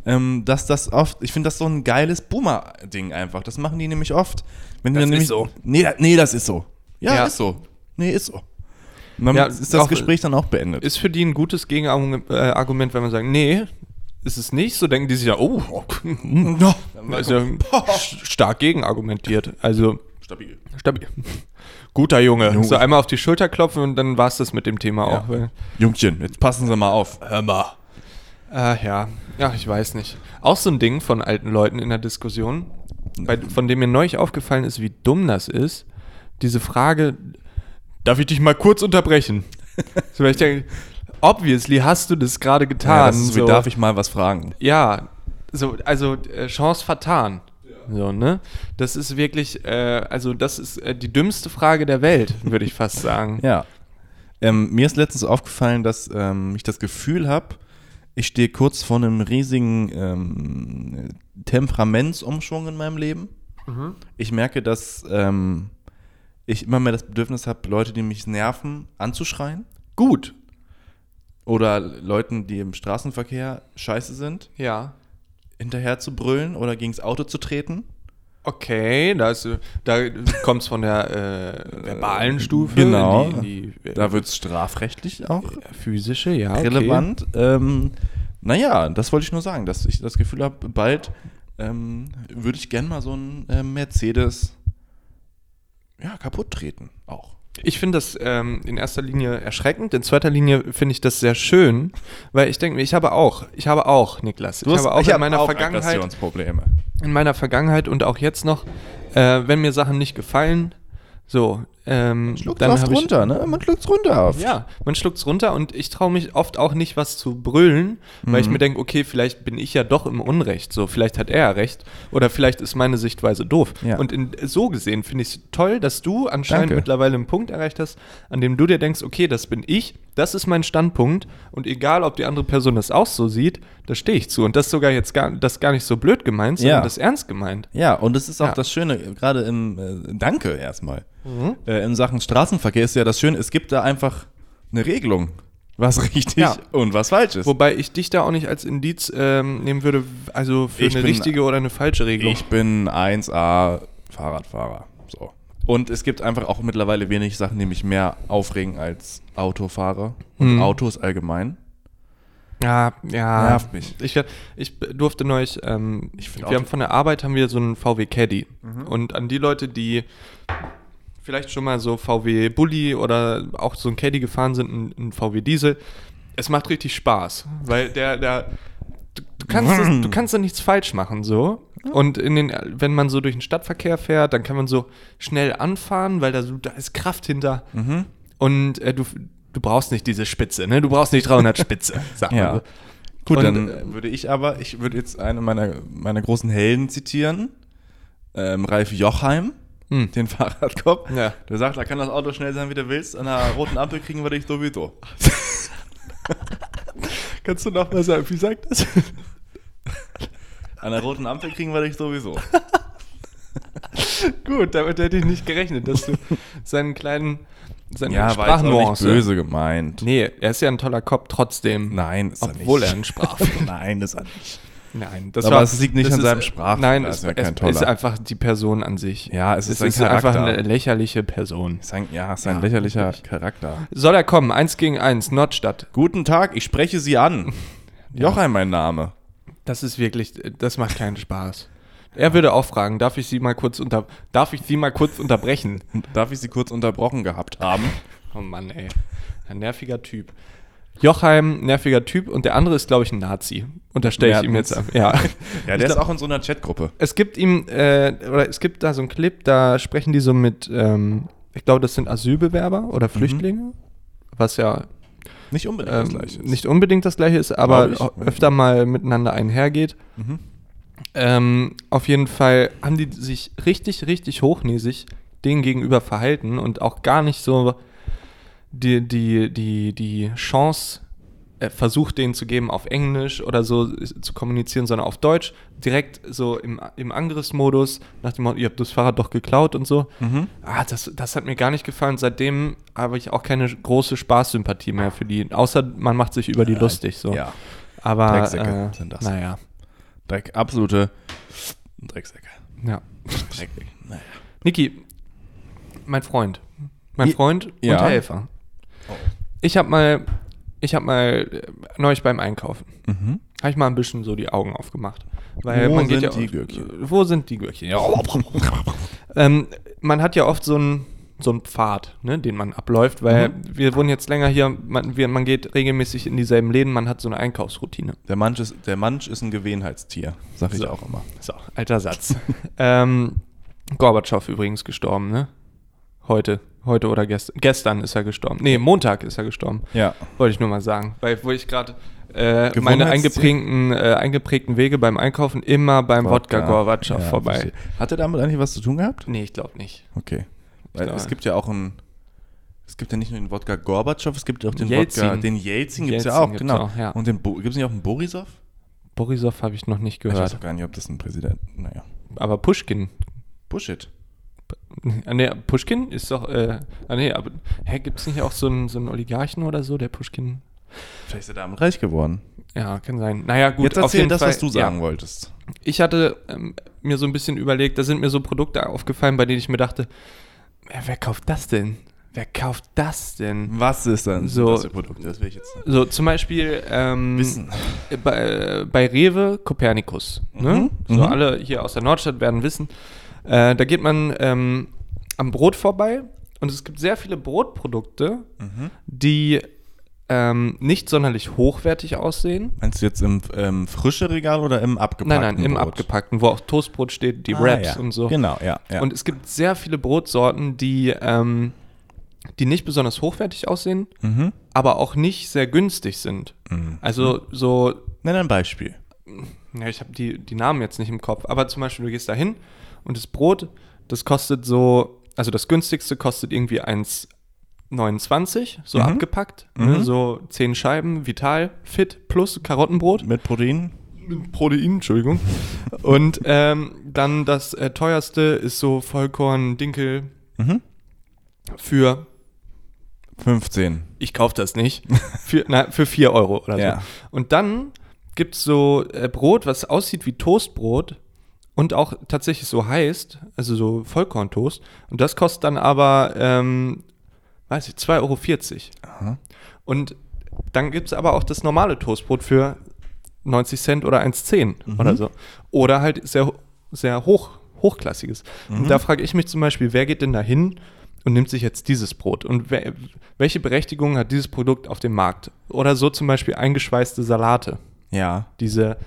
Speaker 2: ähm, dass das oft, ich finde das so ein geiles Boomer-Ding einfach. Das machen die nämlich oft. Wenn die
Speaker 1: Das ist
Speaker 2: dann nämlich,
Speaker 1: so.
Speaker 2: Nee, da- nee, das ist so. Ja,
Speaker 1: Ja.
Speaker 2: ist so. Nee, ist so. Und dann
Speaker 1: Ja,
Speaker 2: ist das
Speaker 1: auch-
Speaker 2: Gespräch dann auch beendet.
Speaker 1: ist für die ein gutes Gegenargument, äh, Argument, wenn man sagt, nee, ist es nicht, so denken die sich ja, oh, [laughs] hm,
Speaker 2: Ja.
Speaker 1: ist ja st- stark gegenargumentiert. Also,
Speaker 2: Stabil.
Speaker 1: stabil. [laughs] Guter Junge.
Speaker 2: Junge.
Speaker 1: So einmal auf die Schulter klopfen und dann war es das mit dem Thema
Speaker 2: Ja.
Speaker 1: auch. Weil,
Speaker 2: Jungchen, jetzt passen Sie mal auf. Hör mal.
Speaker 1: äh, ja, ja, ich weiß nicht. Auch so ein Ding von alten Leuten in der Diskussion, bei, von dem mir neulich aufgefallen ist, wie dumm das ist. Diese Frage, darf ich dich mal kurz unterbrechen? so, weil ich denke, obviously hast du das gerade getan.
Speaker 2: Ja, das ist so.
Speaker 1: so.
Speaker 2: Wie darf ich mal was fragen?
Speaker 1: Ja, so, also äh, Chance vertan. So, ne? Das ist wirklich, äh, also das ist äh, die dümmste Frage der Welt, würde ich fast sagen.
Speaker 2: Ja. Ähm, mir ist letztens aufgefallen, dass ähm, ich das Gefühl habe, ich stehe kurz vor einem riesigen ähm, Temperamentsumschwung in meinem Leben. Ich merke, dass ähm, ich immer mehr das Bedürfnis habe, Leute, die mich nerven, anzuschreien.
Speaker 1: Gut.
Speaker 2: Oder Leuten, die im Straßenverkehr scheiße sind,
Speaker 1: Ja.
Speaker 2: hinterher zu brüllen oder gegens Auto zu treten.
Speaker 1: Okay, da, ist, da kommt es von der äh, verbalen Stufe
Speaker 2: genau.
Speaker 1: in die, in die äh,
Speaker 2: Da wird es strafrechtlich auch
Speaker 1: physische, ja. okay.
Speaker 2: relevant. Ähm, naja, das wollte ich nur sagen, dass ich das Gefühl habe, bald ähm, würde ich gerne mal so einen äh, Mercedes ja, kaputt treten auch.
Speaker 1: Ich finde das ähm, in erster Linie erschreckend, in zweiter Linie finde ich das sehr schön, weil ich denke mir, ich habe auch, ich habe auch, Niklas, ich habe auch in meiner Vergangenheit
Speaker 2: Aggressionsprobleme.
Speaker 1: in meiner Vergangenheit und auch jetzt noch, äh, wenn mir Sachen nicht gefallen, so, ähm,
Speaker 2: Schluckt
Speaker 1: dann
Speaker 2: oft
Speaker 1: habe ich.
Speaker 2: runter, ne? Man schluckt runter oft.
Speaker 1: Ja, man schluckt's runter und ich traue mich oft auch nicht, was zu brüllen, weil ich
Speaker 2: Mhm.
Speaker 1: mir denke, okay, vielleicht bin ich ja doch im Unrecht, so, vielleicht hat er ja recht oder vielleicht ist meine Sichtweise doof.
Speaker 2: Ja.
Speaker 1: Und in, so gesehen finde ich es toll, dass du anscheinend
Speaker 2: Danke.
Speaker 1: mittlerweile einen Punkt erreicht hast, an dem du dir denkst, okay, das bin ich, das ist mein Standpunkt und egal, ob die andere Person das auch so sieht, da stehe ich zu und das sogar jetzt gar, das gar nicht so blöd gemeint, sondern
Speaker 2: Ja.
Speaker 1: das ernst gemeint.
Speaker 2: Ja, und es ist auch
Speaker 1: Ja.
Speaker 2: das Schöne, gerade im äh, Danke erstmal.
Speaker 1: Mhm.
Speaker 2: Äh, in Sachen Straßenverkehr ist ja das Schöne, es gibt da einfach eine Regelung, was [laughs] richtig
Speaker 1: Ja.
Speaker 2: und was falsch ist.
Speaker 1: Wobei ich dich da auch nicht als Indiz ähm, nehmen würde, also für
Speaker 2: Ich
Speaker 1: eine
Speaker 2: bin-
Speaker 1: richtige oder eine falsche Regelung.
Speaker 2: Ich bin 1A Fahrradfahrer. So. Und es gibt einfach auch mittlerweile wenig Sachen, die mich mehr aufregen als Autofahrer und
Speaker 1: Mhm.
Speaker 2: Autos allgemein.
Speaker 1: Ja, ja.
Speaker 2: Nervt mich.
Speaker 1: Ich, werd- ich durfte neulich, ähm,
Speaker 2: Ich find
Speaker 1: wir
Speaker 2: Auto-
Speaker 1: haben von der Arbeit haben wir so einen VW Caddy. Und an die Leute, die vielleicht schon mal so VW Bulli oder auch so ein Caddy gefahren sind, ein, ein VW Diesel, es macht richtig Spaß, weil der, der du, du kannst das, du kannst da nichts falsch machen so. Und in den, wenn man so durch den Stadtverkehr fährt, dann kann man so schnell anfahren, weil da, so, da ist Kraft hinter. Und äh, du, du brauchst nicht diese Spitze, ne? Du brauchst nicht 300 Spitze, sag mal so.
Speaker 2: Gut,
Speaker 1: Und,
Speaker 2: dann
Speaker 1: äh,
Speaker 2: würde ich aber, ich würde jetzt einen meiner, meiner großen Helden zitieren, ähm, Ralf Jochheim,
Speaker 1: Hm.
Speaker 2: den [laughs] Fahrradkopf.
Speaker 1: Ja.
Speaker 2: Der sagt, da kann das Auto schnell sein, wie du willst. An einer roten Ampel kriegen wir dich sowieso.
Speaker 1: [laughs] Kannst du nochmal sagen, wie sagt das?
Speaker 2: An einer roten Ampel kriegen wir dich sowieso.
Speaker 1: Gut, damit hätte ich nicht gerechnet,
Speaker 2: [laughs]
Speaker 1: dass du seinen kleinen seinen
Speaker 2: gemeint.
Speaker 1: Nee, er ist ja ein toller Cop trotzdem.
Speaker 2: Nein, ist
Speaker 1: obwohl er
Speaker 2: er
Speaker 1: einen
Speaker 2: nicht.
Speaker 1: Sprachfehler
Speaker 2: [laughs] Nein, ist er nicht.
Speaker 1: Nein, das
Speaker 2: Aber
Speaker 1: war,
Speaker 2: es liegt nicht
Speaker 1: das
Speaker 2: an
Speaker 1: ist-
Speaker 2: seinem Sprachfehler,
Speaker 1: Nein,
Speaker 2: das
Speaker 1: es,
Speaker 2: ist ja
Speaker 1: es
Speaker 2: kein toller.
Speaker 1: ist einfach die Person an sich.
Speaker 2: Ja, es ist
Speaker 1: es
Speaker 2: sein
Speaker 1: ist einfach
Speaker 2: Charakter.
Speaker 1: eine lächerliche Person.
Speaker 2: Sein, ja, ist ein
Speaker 1: Ja,
Speaker 2: lächerlicher
Speaker 1: wirklich.
Speaker 2: Charakter.
Speaker 1: Soll er kommen? Eins gegen eins, Nordstadt.
Speaker 2: Guten Tag, ich spreche
Speaker 1: [laughs]
Speaker 2: Sie an. Jochheim, mein Name.
Speaker 1: Das ist wirklich, das macht keinen Spaß. Er würde auch fragen, darf ich sie mal kurz unter, darf ich sie mal kurz unterbrechen?
Speaker 2: Darf ich Sie kurz unterbrochen gehabt haben?
Speaker 1: Oh Mann, ey. Ein nerviger Typ. Jochheim, nerviger Typ und der andere ist, glaube ich, ein Nazi. Unterstelle ich ihm jetzt ab.
Speaker 2: Mertens.
Speaker 1: Ja.
Speaker 2: [laughs] Ja,
Speaker 1: Ich
Speaker 2: der ist
Speaker 1: glaub-
Speaker 2: auch in so einer Chatgruppe.
Speaker 1: Es gibt ihm, äh, oder es gibt da so einen Clip, da sprechen die so mit, ähm, ich glaube, das sind Asylbewerber oder Flüchtlinge, was ja
Speaker 2: Nicht unbedingt
Speaker 1: ähm, nicht unbedingt das gleiche ist, aber
Speaker 2: Glaub ich.
Speaker 1: öfter mal miteinander einhergeht.
Speaker 2: Mhm.
Speaker 1: Ähm, auf jeden Fall haben die sich richtig, richtig hochnäsig denen gegenüber verhalten und auch gar nicht so die, die, die, die Chance äh, versucht, denen zu geben, auf Englisch oder so äh, zu kommunizieren, sondern auf Deutsch. Direkt so im, im Angriffsmodus, nach dem Motto, ihr habt das Fahrrad doch geklaut und so.
Speaker 2: Mhm.
Speaker 1: Ah, das, das hat mir gar nicht gefallen. Seitdem habe ich auch keine große Spaßsympathie mehr für die, außer man macht sich über die
Speaker 2: Ja,
Speaker 1: lustig. So.
Speaker 2: Ja,
Speaker 1: Aber
Speaker 2: Drecksäcke
Speaker 1: äh,
Speaker 2: sind das.
Speaker 1: naja,
Speaker 2: Dreck, absolute Drecksäcke.
Speaker 1: ja.
Speaker 2: Drecksäcke. Naja.
Speaker 1: Niki, mein Freund. Mein
Speaker 2: I-
Speaker 1: Freund
Speaker 2: ja.
Speaker 1: und Helfer. Ich habe mal, ich habe mal äh, neulich beim Einkaufen,
Speaker 2: Mhm.
Speaker 1: habe ich mal ein bisschen so die Augen aufgemacht. Weil
Speaker 2: Wo
Speaker 1: man geht
Speaker 2: sind
Speaker 1: ja,
Speaker 2: die Gürkchen?
Speaker 1: Wo sind die Gürkchen? Ja. ähm, man hat ja oft so einen so einen Pfad, ne, den man abläuft, weil wir wohnen jetzt länger hier, man, wir, man geht regelmäßig in dieselben Läden, man hat so eine Einkaufsroutine.
Speaker 2: Der, Manch ist, der Manch ist ein Gewohnheitstier, sag ich
Speaker 1: So.
Speaker 2: auch immer.
Speaker 1: So, alter Satz. [laughs] ähm, Gorbatschow übrigens gestorben, ne? Heute. Heute oder gestern. Gestern ist er gestorben. Nee, Montag ist er gestorben.
Speaker 2: Ja.
Speaker 1: Wollte ich nur mal sagen. Weil wo ich gerade äh, meine
Speaker 2: Gewohnheitstier.
Speaker 1: eingeprägten, äh, eingeprägten Wege beim Einkaufen immer beim Wodka, Gorbatschow
Speaker 2: Ja,
Speaker 1: vorbei.
Speaker 2: verstehe. Hat er damit eigentlich was zu tun gehabt?
Speaker 1: Nee, ich glaube nicht.
Speaker 2: Okay. Weil
Speaker 1: glaube-
Speaker 2: es gibt ja auch einen. Es gibt ja nicht nur den Wodka Gorbatschow, es gibt auch den
Speaker 1: Jelzin.
Speaker 2: Wodka. Den Jelzin gibt es ja
Speaker 1: Jelzin
Speaker 2: auch,
Speaker 1: gibt's
Speaker 2: genau.
Speaker 1: auch, ja.
Speaker 2: Und den gibt es nicht auch einen Borisov?
Speaker 1: Borisov habe ich noch nicht
Speaker 2: Ich weiß
Speaker 1: gehört.
Speaker 2: auch gar nicht, ob das ein Präsident. Naja.
Speaker 1: Aber Pushkin.
Speaker 2: Bullshit.
Speaker 1: Ah, Nee, Pushkin ist doch. Äh, ah, nee, aber. Hä, gibt es nicht auch so einen, so einen Oligarchen oder so, der Pushkin.
Speaker 2: Vielleicht ist er damit reich geworden.
Speaker 1: Ja, kann sein. Naja, gut,
Speaker 2: Jetzt erzähl das,
Speaker 1: Fall-
Speaker 2: was du
Speaker 1: ja.
Speaker 2: sagen wolltest.
Speaker 1: ich hatte ähm, mir so ein bisschen überlegt, da sind mir so Produkte aufgefallen, bei denen ich mir dachte, ja, wer kauft das denn? Wer kauft das denn?
Speaker 2: Was ist dann
Speaker 1: So.
Speaker 2: das für Produkt? Das will ich jetzt
Speaker 1: So, zum Beispiel ähm,
Speaker 2: wissen.
Speaker 1: bei, bei Rewe Kopernikus. Ne?
Speaker 2: Mhm,
Speaker 1: So
Speaker 2: mhm.
Speaker 1: alle hier aus der Nordstadt werden wissen. Äh, da geht man ähm, am Brot vorbei und es gibt sehr viele Brotprodukte,
Speaker 2: Mhm.
Speaker 1: die ähm, nicht sonderlich hochwertig aussehen.
Speaker 2: Meinst du jetzt im ähm, frische Regal oder im abgepackten
Speaker 1: Nein, nein, im
Speaker 2: Brot?
Speaker 1: abgepackten, wo auch Toastbrot steht, die
Speaker 2: Ah,
Speaker 1: Wraps
Speaker 2: ja.
Speaker 1: und so.
Speaker 2: Genau, ja. ja.
Speaker 1: Und es gibt sehr viele Brotsorten, die, ähm, die nicht besonders hochwertig aussehen,
Speaker 2: mhm.
Speaker 1: aber auch nicht sehr günstig sind.
Speaker 2: Mhm.
Speaker 1: Also so,
Speaker 2: Nenn ein Beispiel.
Speaker 1: ja, ich habe die, die Namen jetzt nicht im Kopf, aber zum Beispiel, du gehst da hin und das Brot, das kostet so, also das günstigste kostet irgendwie 1,29, so
Speaker 2: Mhm.
Speaker 1: abgepackt,
Speaker 2: Mhm.
Speaker 1: ne, so 10 Scheiben, Vital, Fit plus Karottenbrot.
Speaker 2: Mit Protein?
Speaker 1: Protein, Entschuldigung. Und ähm, dann das äh, teuerste ist so Vollkorn, Dinkel
Speaker 2: Mhm.
Speaker 1: für
Speaker 2: 15.
Speaker 1: ich kaufe das nicht, für, na, für 4 Euro oder
Speaker 2: Ja.
Speaker 1: so. Und dann gibt es so äh, Brot, was aussieht wie Toastbrot und auch tatsächlich so heißt, also so Vollkorntoast. Und das kostet dann aber, ähm, weiß ich, 2,40 Euro.
Speaker 2: Aha.
Speaker 1: Und dann gibt es aber auch das normale Toastbrot für 90 Cent oder 1,10
Speaker 2: Mhm.
Speaker 1: oder so. Oder halt sehr, sehr hoch, hochklassiges.
Speaker 2: Mhm.
Speaker 1: Und da frage ich mich zum Beispiel, wer geht denn da hin und nimmt sich jetzt dieses Brot? Und wer, welche Berechtigung hat dieses Produkt auf dem Markt? Oder so zum Beispiel eingeschweißte Salate.
Speaker 2: Ja.
Speaker 1: Diese.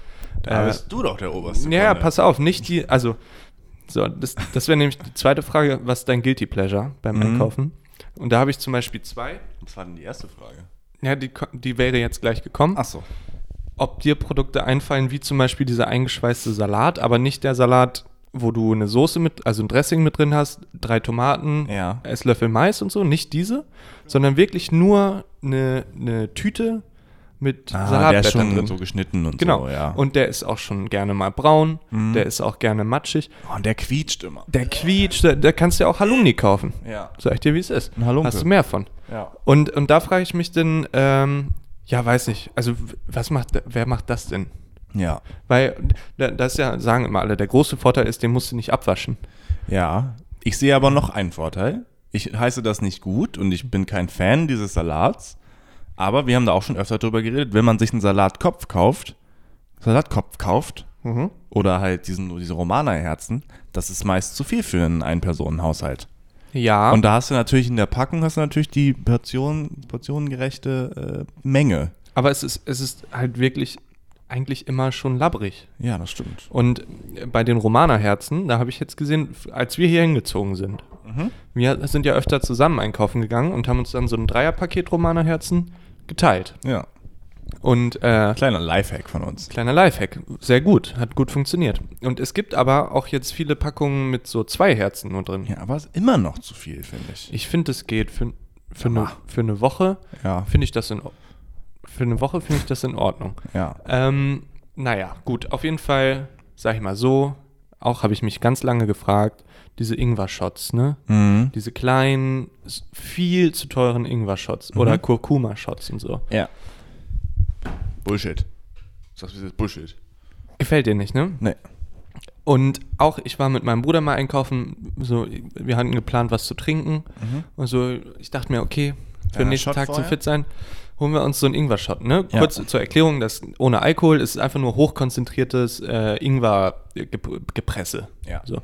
Speaker 2: Da
Speaker 1: Äh,
Speaker 2: bist du doch der oberste.
Speaker 1: ja, ja,
Speaker 2: Kunde.
Speaker 1: pass auf, nicht die. Also, so, das, das wäre nämlich die zweite Frage, was ist dein Guilty Pleasure beim
Speaker 2: Mhm.
Speaker 1: Einkaufen? Und da habe ich zum Beispiel zwei.
Speaker 2: Das war denn die erste Frage.
Speaker 1: Ja, die, ko- die wäre jetzt gleich gekommen.
Speaker 2: Achso.
Speaker 1: ob dir Produkte einfallen, wie zum Beispiel dieser eingeschweißte Salat, aber nicht der Salat, wo du eine Soße mit, also ein Dressing mit drin hast, drei Tomaten,
Speaker 2: Ja.
Speaker 1: Esslöffel Mais und so, nicht diese, sondern wirklich nur eine, eine Tüte mit
Speaker 2: Ah, der ist
Speaker 1: Salatblättern
Speaker 2: schon
Speaker 1: drin.
Speaker 2: so geschnitten und
Speaker 1: genau.
Speaker 2: so, ja.
Speaker 1: Und der ist auch schon gerne mal braun,
Speaker 2: Mhm.
Speaker 1: der ist auch gerne matschig.
Speaker 2: oh, und der quietscht immer.
Speaker 1: Der quietscht, da, da kannst du ja auch Halloumi kaufen.
Speaker 2: Ja.
Speaker 1: Sag ich dir, wie es ist.
Speaker 2: Ein Halunke.
Speaker 1: Hast du mehr von.
Speaker 2: Ja.
Speaker 1: Und, und da frage ich mich denn, ähm, ja, weiß nicht, also w- was macht, wer macht das denn?
Speaker 2: Ja.
Speaker 1: Weil da- das ist ja, sagen immer alle, der große Vorteil ist, den musst du nicht abwaschen.
Speaker 2: Ja. Ich sehe aber noch einen Vorteil. Ich heiße das nicht gut und ich bin kein Fan dieses Salats. Aber wir haben da auch schon öfter drüber geredet, wenn man sich einen Salatkopf kauft, Salatkopf kauft oder halt diesen, diese Romanerherzen, das ist meist zu viel für einen Ein-Personen-Haushalt.
Speaker 1: Ja,
Speaker 2: Und da hast du natürlich in der Packung hast du natürlich die Portion, portionengerechte äh, Menge.
Speaker 1: aber es ist, es ist halt wirklich eigentlich immer schon labbrig.
Speaker 2: Ja, das stimmt.
Speaker 1: Und bei den Romanerherzen, da habe ich jetzt gesehen, f- als wir hier hingezogen sind,
Speaker 2: Mhm.
Speaker 1: wir sind ja öfter zusammen einkaufen gegangen und haben uns dann so ein Dreierpaket Romanerherzen geteilt.
Speaker 2: Ja.
Speaker 1: Und äh,
Speaker 2: Kleiner Lifehack von uns.
Speaker 1: Kleiner Lifehack. Sehr gut. Hat gut funktioniert. Und es gibt aber auch jetzt viele Packungen mit so zwei Herzen nur drin.
Speaker 2: Ja, aber ist immer noch zu viel, finde ich.
Speaker 1: Ich finde, es geht für, für,
Speaker 2: Ja.
Speaker 1: eine, für eine Woche.
Speaker 2: Ja.
Speaker 1: Finde ich das in Ordnung. Für eine Woche finde ich das in Ordnung.
Speaker 2: Ja.
Speaker 1: Ähm, naja, gut. Auf jeden Fall, sag ich mal so, auch habe ich mich ganz lange gefragt, diese Ingwer-Shots, ne?
Speaker 2: Mhm.
Speaker 1: Diese kleinen, s- viel zu teuren Ingwer-Shots oder Kurkuma-Shots und so.
Speaker 2: Ja. Bullshit. Sagst du, das ist Bullshit?
Speaker 1: Gefällt dir nicht, ne?
Speaker 2: Nee.
Speaker 1: Und auch ich war mit meinem Bruder mal einkaufen, so wir hatten geplant, was zu trinken. Und so, ich dachte mir, okay, für
Speaker 2: Mhm. Ja,
Speaker 1: den nächsten
Speaker 2: Shot
Speaker 1: Tag
Speaker 2: vorher?
Speaker 1: zum fit sein, holen wir uns so einen Ingwer-Shot. Ne?
Speaker 2: Ja.
Speaker 1: Kurz zur Erklärung, das ohne Alkohol ist einfach nur hochkonzentriertes äh, Ingwer-Gepresse.
Speaker 2: Ja.
Speaker 1: So.
Speaker 2: Und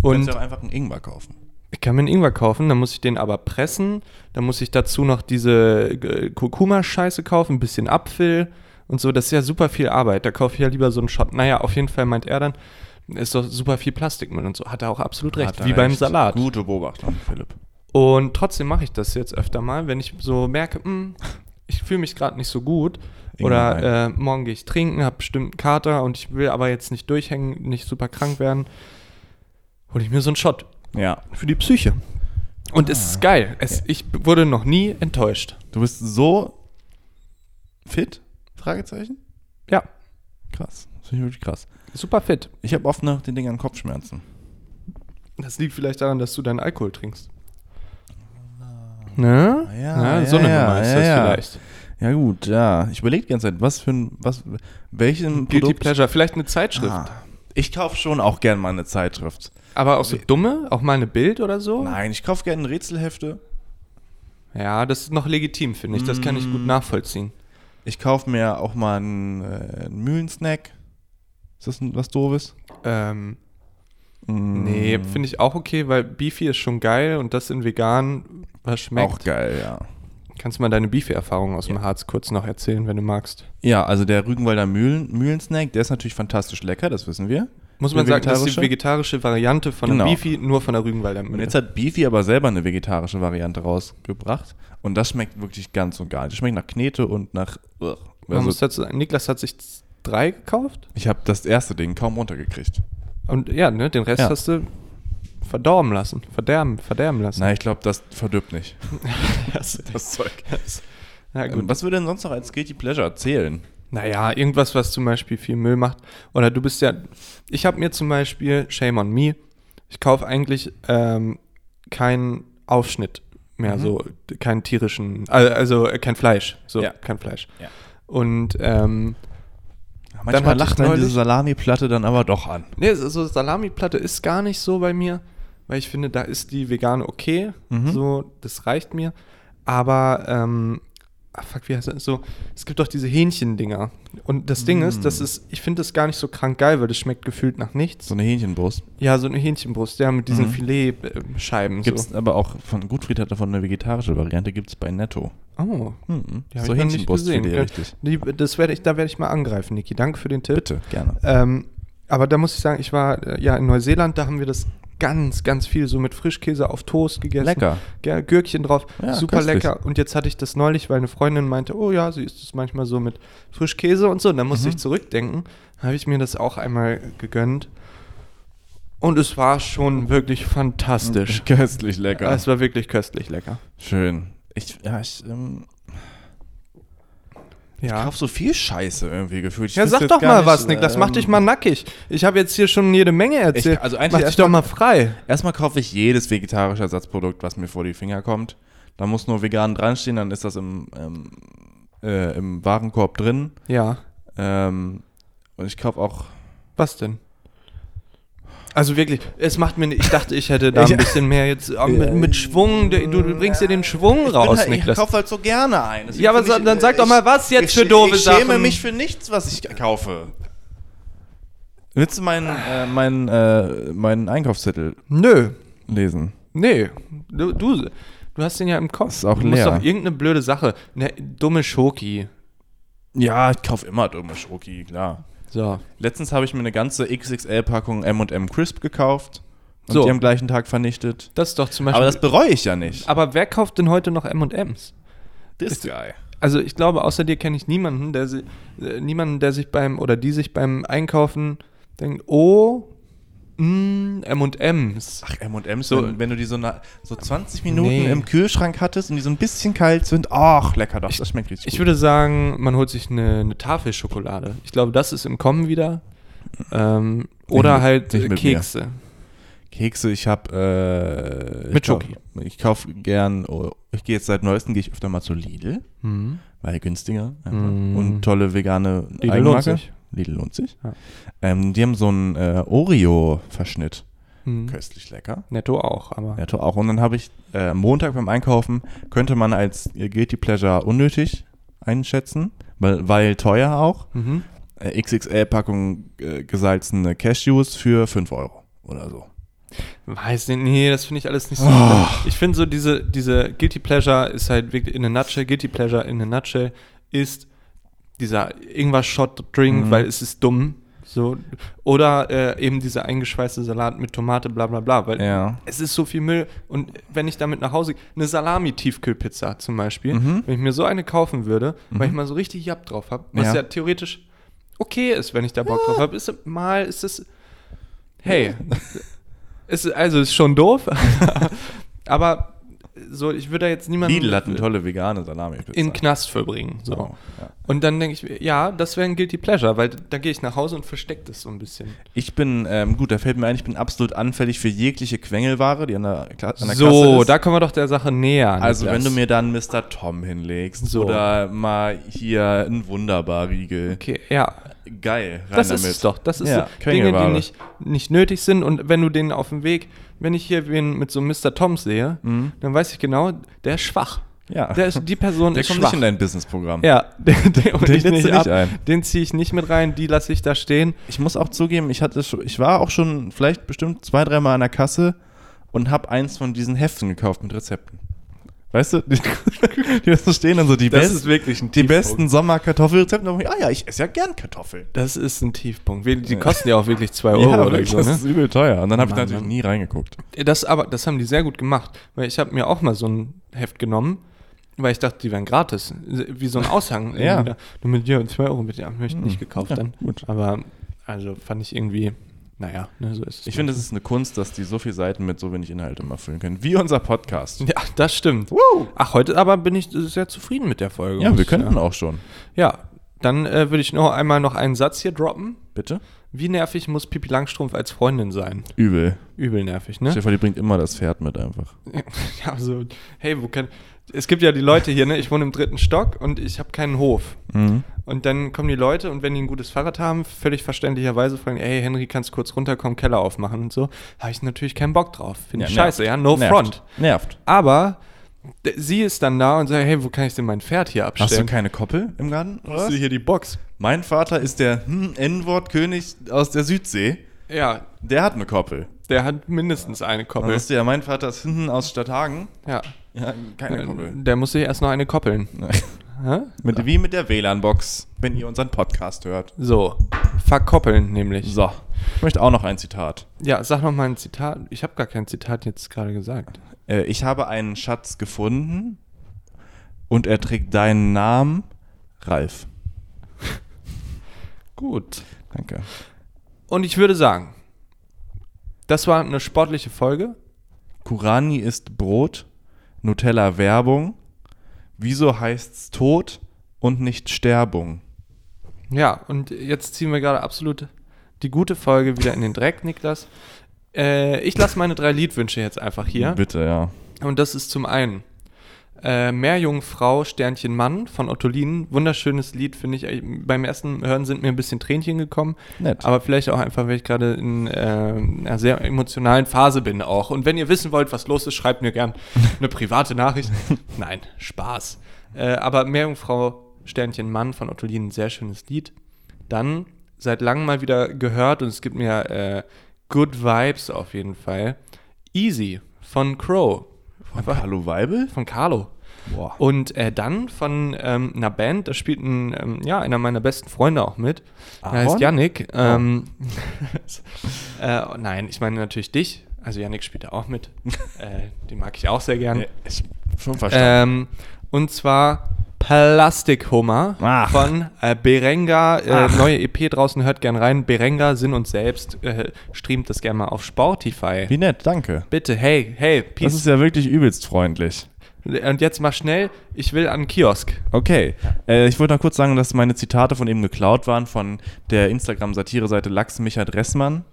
Speaker 1: Und
Speaker 2: kannst du auch einfach einen Ingwer kaufen.
Speaker 1: ich kann mir einen Ingwer kaufen, dann muss ich den aber pressen, dann muss ich dazu noch diese äh, Kurkuma-Scheiße kaufen, ein bisschen Apfel und so. Das ist ja super viel Arbeit. Da kaufe ich ja lieber so einen Shot. Naja, auf jeden Fall meint er dann, ist doch super viel Plastikmüll und so. Hat er auch absolut recht,
Speaker 2: Hat er
Speaker 1: wie beim Salat.
Speaker 2: Gute Beobachtung, Philipp.
Speaker 1: Und trotzdem mache ich das jetzt öfter mal, wenn ich so merke, hm, ich fühle mich gerade nicht so gut.
Speaker 2: Ingwer
Speaker 1: oder äh, morgen gehe ich trinken, habe bestimmt einen Kater und ich will aber jetzt nicht durchhängen, nicht super krank werden. Hole ich mir so einen Shot.
Speaker 2: Ja.
Speaker 1: Für die Psyche. Und es
Speaker 2: Ah,
Speaker 1: ist geil. Es, Ich wurde noch nie enttäuscht.
Speaker 2: Du bist so fit? Fragezeichen?
Speaker 1: Ja,
Speaker 2: Krass. Das finde ich wirklich krass.
Speaker 1: super fit.
Speaker 2: Ich habe oft nach den Dingern Kopfschmerzen.
Speaker 1: Das liegt vielleicht daran, dass du deinen Alkohol trinkst. Ne?
Speaker 2: Ja,
Speaker 1: so
Speaker 2: ja,
Speaker 1: eine
Speaker 2: Ah, ja,
Speaker 1: Nummer ist
Speaker 2: ja,
Speaker 1: das
Speaker 2: ja.
Speaker 1: vielleicht.
Speaker 2: Ja, gut, ja. Ich überlege die ganze Zeit, was für ein, was, welchen
Speaker 1: Guilty
Speaker 2: Produkt.
Speaker 1: Pleasure, vielleicht eine Zeitschrift.
Speaker 2: Ah, ich kaufe schon auch gern mal eine Zeitschrift.
Speaker 1: Aber auch so dumme, auch mal eine Bild oder so?
Speaker 2: Nein, ich kaufe gerne Rätselhefte.
Speaker 1: Ja, das ist noch legitim, finde ich. Das kann ich
Speaker 2: Mm.
Speaker 1: gut nachvollziehen.
Speaker 2: Ich kaufe mir auch mal einen, äh, einen Mühlensnack. Ist das ein, was Doofes?
Speaker 1: Ähm,
Speaker 2: Mm,
Speaker 1: nee, finde ich auch okay, weil Beefy ist schon geil und das in vegan, was schmeckt.
Speaker 2: Auch geil, ja.
Speaker 1: Kannst du mal deine Beefy-Erfahrung aus dem Harz kurz noch erzählen, wenn du magst?
Speaker 2: Ja, also der Rügenwalder Mühlen, Mühlensnack, der ist natürlich fantastisch lecker, das wissen wir.
Speaker 1: Muss man
Speaker 2: Der
Speaker 1: sagen, das ist die
Speaker 2: vegetarische?
Speaker 1: vegetarische Variante von genau.
Speaker 2: Genau.
Speaker 1: Beefy, nur von der Rügenwalder
Speaker 2: Und
Speaker 1: Mühle.
Speaker 2: jetzt hat Beefy aber selber eine vegetarische Variante rausgebracht. Und das schmeckt wirklich ganz und gar nicht. Das schmeckt nach Knete und nach. Ugh.
Speaker 1: man muss
Speaker 2: Also,
Speaker 1: dazu sagen, Niklas hat sich z- drei gekauft
Speaker 2: ich habe das erste Ding kaum runtergekriegt.
Speaker 1: und ja, ne, den Rest
Speaker 2: Ja.
Speaker 1: hast du verdorben lassen, verderben, verderben lassen.
Speaker 2: Nein, ich glaube, das verdirbt nicht.
Speaker 1: das,
Speaker 2: [laughs] Das Zeug.
Speaker 1: ja, gut.
Speaker 2: Ähm, was würde denn sonst noch als Guilty Pleasure zählen?
Speaker 1: Naja, irgendwas, was zum Beispiel viel Müll macht. Oder du bist ja. Ich habe mir zum Beispiel, shame on me, ich kaufe eigentlich ähm, keinen Aufschnitt mehr,
Speaker 2: Mhm.
Speaker 1: so keinen tierischen, al- also äh, kein Fleisch. So,
Speaker 2: Ja.
Speaker 1: kein Fleisch.
Speaker 2: Ja.
Speaker 1: Und ähm, Dann
Speaker 2: Manchmal
Speaker 1: hatte ich
Speaker 2: lacht man
Speaker 1: neulich-
Speaker 2: diese Salamiplatte dann aber doch an.
Speaker 1: nee, so- so Salamiplatte ist gar nicht so bei mir, weil ich finde, da ist die vegane okay.
Speaker 2: Mhm.
Speaker 1: So, das reicht mir. Aber, ähm, ah, fuck, wie heißt das? So, es gibt doch diese Hähnchendinger. Und das Ding ist,
Speaker 2: Mhm.
Speaker 1: das ist, ich finde das gar nicht so krank geil, weil das schmeckt gefühlt nach nichts.
Speaker 2: So eine Hähnchenbrust.
Speaker 1: Ja, so eine Hähnchenbrust, ja, mit diesen
Speaker 2: Mhm.
Speaker 1: Filetscheiben.
Speaker 2: Gibt es
Speaker 1: so.
Speaker 2: aber auch von Gutfried hat davon eine vegetarische Variante, gibt es bei Netto.
Speaker 1: Oh,
Speaker 2: Mhm.
Speaker 1: die habe ich noch nicht gesehen.
Speaker 2: Hähnchenbrustfilet,
Speaker 1: Ja,
Speaker 2: richtig. [laughs]
Speaker 1: Die, das werde ich, da werde ich mal angreifen, Niki. Danke für den Tipp.
Speaker 2: Bitte, gerne.
Speaker 1: Ähm, aber da muss ich sagen, ich war äh, ja in Neuseeland, da haben wir das ganz, ganz viel so mit Frischkäse auf Toast gegessen.
Speaker 2: Lecker.
Speaker 1: Ja, Gürkchen drauf,
Speaker 2: Ja,
Speaker 1: super
Speaker 2: köstlich.
Speaker 1: lecker. Und jetzt hatte ich das neulich, weil eine Freundin meinte, oh ja, sie isst es manchmal so mit Frischkäse und so. Und dann musste ich
Speaker 2: Mhm.
Speaker 1: zurückdenken, habe ich mir das auch einmal gegönnt. Und es war schon wirklich fantastisch.
Speaker 2: Köstlich lecker.
Speaker 1: Es war wirklich köstlich lecker.
Speaker 2: Schön. Ich, ja, ich, ähm, ich
Speaker 1: Ja.
Speaker 2: kauf so viel Scheiße irgendwie gefühlt. Ich
Speaker 1: Ja,
Speaker 2: wüsste
Speaker 1: sag
Speaker 2: jetzt
Speaker 1: doch
Speaker 2: gar
Speaker 1: mal
Speaker 2: nicht, ähm,
Speaker 1: was, Niklas. Mach dich mal nackig. Ich habe jetzt hier schon jede Menge erzählt.
Speaker 2: also eigentlich
Speaker 1: Mach dich
Speaker 2: erstmal-
Speaker 1: doch mal frei.
Speaker 2: Erstmal kaufe ich jedes vegetarische Ersatzprodukt, was mir vor die Finger kommt. Da muss nur vegan dranstehen, dann ist das im, ähm, äh, im Warenkorb drin.
Speaker 1: Ja.
Speaker 2: Ähm, und ich kaufe auch.
Speaker 1: Was denn? Also wirklich, es macht mir. Ich dachte, ich hätte da [laughs]
Speaker 2: Ich-
Speaker 1: ein bisschen mehr jetzt äh, mit, mit Schwung. Du, du bringst dir den Schwung raus,
Speaker 2: halt, ich
Speaker 1: Niklas.
Speaker 2: kaufe halt so gerne ein. Deswegen
Speaker 1: Ja, aber
Speaker 2: finde
Speaker 1: so- dann sag doch
Speaker 2: ich-
Speaker 1: mal, was jetzt
Speaker 2: ich,
Speaker 1: für doofe
Speaker 2: Ich schäme
Speaker 1: Sachen?
Speaker 2: mich für nichts, was ich kaufe. Willst du meinen, äh, meinen, äh, meinen Einkaufszettel
Speaker 1: Nö,
Speaker 2: lesen?
Speaker 1: nee. Du, du, du hast den ja im Kopf.
Speaker 2: Ist auch
Speaker 1: du musst
Speaker 2: leer.
Speaker 1: doch irgendeine blöde Sache. Ne, dumme Schoki.
Speaker 2: Ja, ich kaufe immer dumme Schoki, klar.
Speaker 1: So.
Speaker 2: Letztens habe ich mir eine ganze XXL-Packung M&M Crisp gekauft und
Speaker 1: So.
Speaker 2: die am gleichen Tag vernichtet.
Speaker 1: Das ist doch zum Beispiel.
Speaker 2: Aber das bereue ich ja nicht.
Speaker 1: aber wer kauft denn heute noch MMs?
Speaker 2: This guy.
Speaker 1: Also ich glaube, außer dir kenne ich niemanden, der si- äh, niemanden, der sich beim oder die sich beim Einkaufen denkt, oh, mm, M&Ms.
Speaker 2: Ach, M&M,
Speaker 1: So-
Speaker 2: so, wenn, wenn du die so, na, so 20 Minuten
Speaker 1: Nee.
Speaker 2: im Kühlschrank hattest und die so ein bisschen kalt sind, ach, lecker doch,
Speaker 1: Ich-
Speaker 2: das schmeckt richtig
Speaker 1: Ich
Speaker 2: gut.
Speaker 1: würde sagen, man holt sich eine, eine Tafel Schokolade. Ich glaube, das ist im Kommen wieder. Ähm, oder
Speaker 2: mit-
Speaker 1: halt
Speaker 2: nicht
Speaker 1: äh,
Speaker 2: mit mir.
Speaker 1: Kekse.
Speaker 2: Kekse, ich habe... Äh,
Speaker 1: Mit
Speaker 2: ich kauf-
Speaker 1: Schoki.
Speaker 2: Ich kaufe gern, oh, ich gehe jetzt seit neuestem, gehe ich öfter mal zu Lidl,
Speaker 1: Mhm.
Speaker 2: weil günstiger einfach.
Speaker 1: Mm.
Speaker 2: und tolle vegane
Speaker 1: Lidl
Speaker 2: Eigenmarke.
Speaker 1: lohnt sich.
Speaker 2: Lidl lohnt sich.
Speaker 1: Ja.
Speaker 2: Ähm, die haben so einen äh, Oreo-Verschnitt.
Speaker 1: Mhm.
Speaker 2: Köstlich lecker.
Speaker 1: Netto auch, aber.
Speaker 2: Ja, to- auch. Und dann habe ich äh, am Montag beim Einkaufen, könnte man als äh, Guilty Pleasure unnötig einschätzen, weil, weil teuer auch.
Speaker 1: Mhm.
Speaker 2: Äh, XXL-Packung äh, gesalzene Cashews für 5 Euro oder so.
Speaker 1: Weiß nicht, nee, das finde ich alles nicht so.
Speaker 2: Oh.
Speaker 1: Ich finde so, diese, diese Guilty Pleasure ist halt wirklich in a nutshell. Guilty Pleasure in a nutshell ist dieser Ingwer-Shot-Drink,
Speaker 2: Mhm.
Speaker 1: weil es ist dumm. So. Oder äh, eben dieser eingeschweißte Salat mit Tomate, bla bla bla. Weil
Speaker 2: Ja.
Speaker 1: es ist so viel Müll. Und wenn ich damit nach Hause. Eine Salami-Tiefkühlpizza zum Beispiel,
Speaker 2: Mhm.
Speaker 1: wenn ich mir so eine kaufen würde, weil ich mal so richtig Jab drauf habe, was ja.
Speaker 2: Ja.
Speaker 1: theoretisch okay ist, wenn ich da Bock drauf habe, ist mal, ist es. [laughs] Hey. ist, also ist schon doof. [laughs] aber so, ich würde da jetzt niemanden
Speaker 2: Lidl hat eine tolle vegane Salami-Pizza.
Speaker 1: in den Knast verbringen. So.
Speaker 2: Genau, ja.
Speaker 1: Und dann denke ich, mir, ja, das wäre ein Guilty Pleasure, weil da gehe ich nach Hause und verstecke das so ein bisschen.
Speaker 2: Ich bin, ähm, gut, da fällt mir ein, ich bin absolut anfällig für jegliche Quengelware, die an der, Kla an der Kasse
Speaker 1: So,
Speaker 2: ist.
Speaker 1: da kommen wir doch der Sache näher.
Speaker 2: also
Speaker 1: Niklas.
Speaker 2: wenn du mir dann Mr. Tom hinlegst
Speaker 1: So.
Speaker 2: oder mal hier ein Wunderbar-Riegel.
Speaker 1: Okay, ja,
Speaker 2: Geil, rein
Speaker 1: das
Speaker 2: damit.
Speaker 1: ist es doch. Das ist
Speaker 2: Ja,
Speaker 1: so Dinge, die
Speaker 2: Quengelware.
Speaker 1: nicht, nicht nötig sind. Und wenn du den auf dem Weg, wenn ich hier wen mit so einem Mr. Toms sehe, dann weiß ich genau, der ist schwach.
Speaker 2: Mhm. Ja.
Speaker 1: Der ist, die Person
Speaker 2: [laughs] Der
Speaker 1: ist
Speaker 2: kommt
Speaker 1: schwach.
Speaker 2: nicht in dein Businessprogramm.
Speaker 1: ja, [laughs] den, den, hol
Speaker 2: Den
Speaker 1: ich
Speaker 2: lädst du
Speaker 1: nicht
Speaker 2: nicht
Speaker 1: ab,
Speaker 2: ein.
Speaker 1: den ziehe ich nicht mit rein, die lasse ich da stehen.
Speaker 2: Ich muss auch zugeben, ich hatte schon, ich war auch schon vielleicht bestimmt zwei, dreimal an der Kasse und habe eins von diesen Heften gekauft mit Rezepten. Weißt du, [laughs] die, die das so stehen dann so die,
Speaker 1: Das
Speaker 2: best,
Speaker 1: ist wirklich ein
Speaker 2: die
Speaker 1: Tiefpunkt.
Speaker 2: besten Sommerkartoffelrezepte. Da hab ich, Ah ja, ich esse ja gern Kartoffeln.
Speaker 1: Das ist ein Tiefpunkt. Wir- Die kosten ja auch wirklich 2 Euro
Speaker 2: [laughs] ja,
Speaker 1: oder
Speaker 2: wirklich,
Speaker 1: so.
Speaker 2: Oh, das
Speaker 1: Ne?
Speaker 2: ist übel teuer. Und dann habe ich
Speaker 1: Mann,
Speaker 2: natürlich
Speaker 1: Mann.
Speaker 2: nie reingeguckt.
Speaker 1: Das, aber, das haben die sehr gut gemacht, weil ich habe mir auch mal so ein Heft genommen, weil ich dachte, die wären gratis. Wie so ein
Speaker 2: [laughs]
Speaker 1: Aushang.
Speaker 2: Ja. Hm.
Speaker 1: irgendwie da. Nur mit dir und 2 Euro bitte. Habe ich nicht gekauft
Speaker 2: Ja,
Speaker 1: dann.
Speaker 2: gut.
Speaker 1: Aber also fand ich irgendwie, naja, ne, so ist es.
Speaker 2: Ich finde, es ist eine Kunst, dass die so viele Seiten mit so wenig Inhalt immer füllen können. Wie unser Podcast.
Speaker 1: Ja, das stimmt. Ach, heute aber bin ich sehr zufrieden mit der Folge.
Speaker 2: Ja,
Speaker 1: muss
Speaker 2: wir
Speaker 1: ich
Speaker 2: könnten
Speaker 1: sagen.
Speaker 2: auch schon.
Speaker 1: Ja, dann äh, würde ich noch einmal noch einen Satz hier droppen.
Speaker 2: Bitte?
Speaker 1: Wie nervig muss Pippi Langstrumpf als Freundin sein?
Speaker 2: Übel.
Speaker 1: Übel nervig, ne?
Speaker 2: Stefan, die bringt immer das Pferd mit einfach.
Speaker 1: [laughs] Ja, so, hey, wo kann. Es gibt ja die Leute hier, ne? Ich wohne im dritten Stock und ich habe keinen Hof.
Speaker 2: Mhm.
Speaker 1: Und dann kommen die Leute und wenn die ein gutes Fahrrad haben, völlig verständlicherweise fragen, hey Henry, kannst du kurz runterkommen, Keller aufmachen und so. Habe ich natürlich keinen Bock drauf. Finde ich scheiße, ja? No
Speaker 2: nervt.
Speaker 1: front.
Speaker 2: Nervt.
Speaker 1: Aber d- sie ist dann da und sagt, hey, wo kann ich denn mein Pferd hier
Speaker 2: Hast du
Speaker 1: abstellen?
Speaker 2: keine Koppel im Garten? oder was?
Speaker 1: Hast du hier die Box?
Speaker 2: Mein Vater ist der hm, N-Wort-König aus der Südsee.
Speaker 1: Ja,
Speaker 2: Der hat eine Koppel.
Speaker 1: der hat mindestens eine
Speaker 2: Dann
Speaker 1: Koppel.
Speaker 2: hast du ja, mein Vater ist hinten aus Stadthagen.
Speaker 1: Ja.
Speaker 2: Ja, keine [laughs] Koppel.
Speaker 1: Der muss sich erst noch eine koppeln. Hä?
Speaker 2: Mit, wie mit der WLAN-Box, wenn ihr unseren Podcast hört.
Speaker 1: So, verkoppeln nämlich.
Speaker 2: So, ich möchte auch noch ein Zitat.
Speaker 1: Ja, sag noch mal ein Zitat. Ich habe gar kein Zitat jetzt gerade gesagt.
Speaker 2: Äh, ich habe einen Schatz gefunden und er trägt deinen Namen, Ralf.
Speaker 1: Gut.
Speaker 2: Danke.
Speaker 1: Und ich würde sagen, das war eine sportliche Folge.
Speaker 2: Kurani ist Brot, Nutella Werbung. Wieso heißt's Tod und nicht Sterbung?
Speaker 1: Ja, und jetzt ziehen wir gerade absolut die gute Folge wieder in den Dreck, Niklas. Äh, ich lasse meine drei Liedwünsche jetzt einfach hier.
Speaker 2: Bitte, ja.
Speaker 1: Und das ist zum einen äh, Meerjungfrau, Sternchen Mann von Ottolin. Wunderschönes Lied, finde ich. Äh, Beim ersten Hören sind mir ein bisschen Tränchen gekommen.
Speaker 2: Nett.
Speaker 1: Aber vielleicht auch einfach, weil ich gerade in äh, einer sehr emotionalen Phase bin auch. Und wenn ihr wissen wollt, was los ist, schreibt mir gern eine private Nachricht. Nein, Spaß. Äh, aber Meerjungfrau, Sternchen Mann von Ottolin, ein sehr schönes Lied. Dann seit langem mal wieder gehört und es gibt mir äh, Good Vibes auf jeden Fall. Easy von Crow.
Speaker 2: Von Hallo Weibel?
Speaker 1: Von Carlo.
Speaker 2: Boah.
Speaker 1: Und äh, dann von ähm, einer Band, da spielt ein, ähm, ja, einer meiner besten Freunde auch mit. Der
Speaker 2: Aaron? Oh.
Speaker 1: heißt Yannick. Ähm, [laughs] äh, nein, ich meine natürlich dich. Also Yannick spielt da auch
Speaker 2: [laughs]
Speaker 1: mit. äh, den mag ich auch sehr gern.
Speaker 2: ich, schon
Speaker 1: Ähm, und zwar Plastic Hummer
Speaker 2: Ach.
Speaker 1: von äh, Berenga. Äh,
Speaker 2: Ach.
Speaker 1: neue EP draußen, hört gern rein. Berenga, Sinn und Selbst. Äh, streamt das gerne mal auf Spotify.
Speaker 2: Wie nett, danke.
Speaker 1: Bitte, hey, hey,
Speaker 2: Das
Speaker 1: Äh, Peace.
Speaker 2: ist ja wirklich übelst freundlich.
Speaker 1: Und jetzt mal schnell, ich will an den Kiosk.
Speaker 2: Okay, äh, ich wollte noch kurz sagen, dass meine Zitate von eben geklaut waren von der Instagram-Satire-Seite Lachs Michard Ressmann,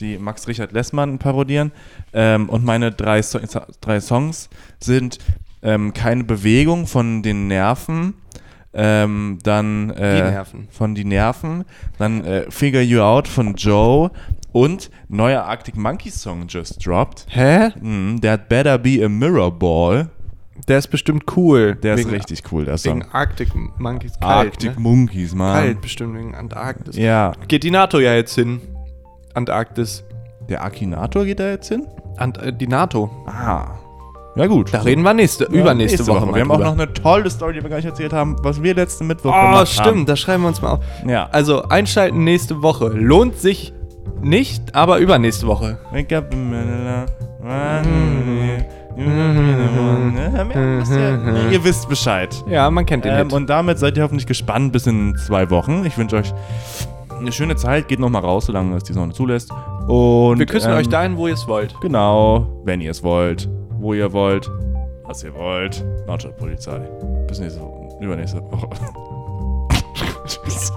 Speaker 2: die Max Richard Lessmann parodieren. Ähm, und meine drei, so drei Songs sind ähm, Keine Bewegung von den Nerven, ähm, dann äh,
Speaker 1: Die Nerven.
Speaker 2: von die Nerven, dann äh, Figure You Out von Joe und neuer Arctic Monkeys Song just dropped.
Speaker 1: Hä?
Speaker 2: Mhm, der hat Better Be a Mirror Ball.
Speaker 1: Der ist bestimmt cool.
Speaker 2: Der
Speaker 1: Wegen-
Speaker 2: ist richtig cool, der Song.
Speaker 1: Wegen Arctic Monkeys. Kalt,
Speaker 2: Arctic
Speaker 1: ne?
Speaker 2: Monkeys, Mann.
Speaker 1: Kalt, bestimmt wegen Antarktis.
Speaker 2: Ja.
Speaker 1: Geht die NATO ja jetzt hin. Antarktis.
Speaker 2: Der Akinator geht da jetzt hin?
Speaker 1: Ant äh, die NATO.
Speaker 2: Ah. Ja, gut.
Speaker 1: Da reden wir nächste,
Speaker 2: Ja,
Speaker 1: übernächste Woche. mal
Speaker 2: Wir haben auch
Speaker 1: drüber.
Speaker 2: noch eine tolle Story, die wir gar nicht erzählt haben, was wir letzten Mittwoch
Speaker 1: Oh,
Speaker 2: gemacht
Speaker 1: stimmt, da schreiben wir uns mal auf.
Speaker 2: haben. Ja. Also,
Speaker 1: Also, einschalten nächste Woche. Lohnt sich nicht, aber übernächste Woche.
Speaker 2: Wake up in Manila. Ihr wisst Bescheid.
Speaker 1: Ja, man kennt den
Speaker 2: Ähm,
Speaker 1: Mhm. Hit.
Speaker 2: und damit seid ihr hoffentlich gespannt bis in zwei Wochen. Ich wünsche euch eine schöne Zeit. Geht nochmal raus, solange es die Sonne zulässt. Und
Speaker 1: Wir küssen
Speaker 2: ähm,
Speaker 1: euch dahin, wo ihr es wollt.
Speaker 2: Genau, wenn ihr es wollt, wo ihr wollt. was ihr wollt. Nordstadtpolizei. Bis nächste Woche. Übernächste Woche. [laughs] Tschüss.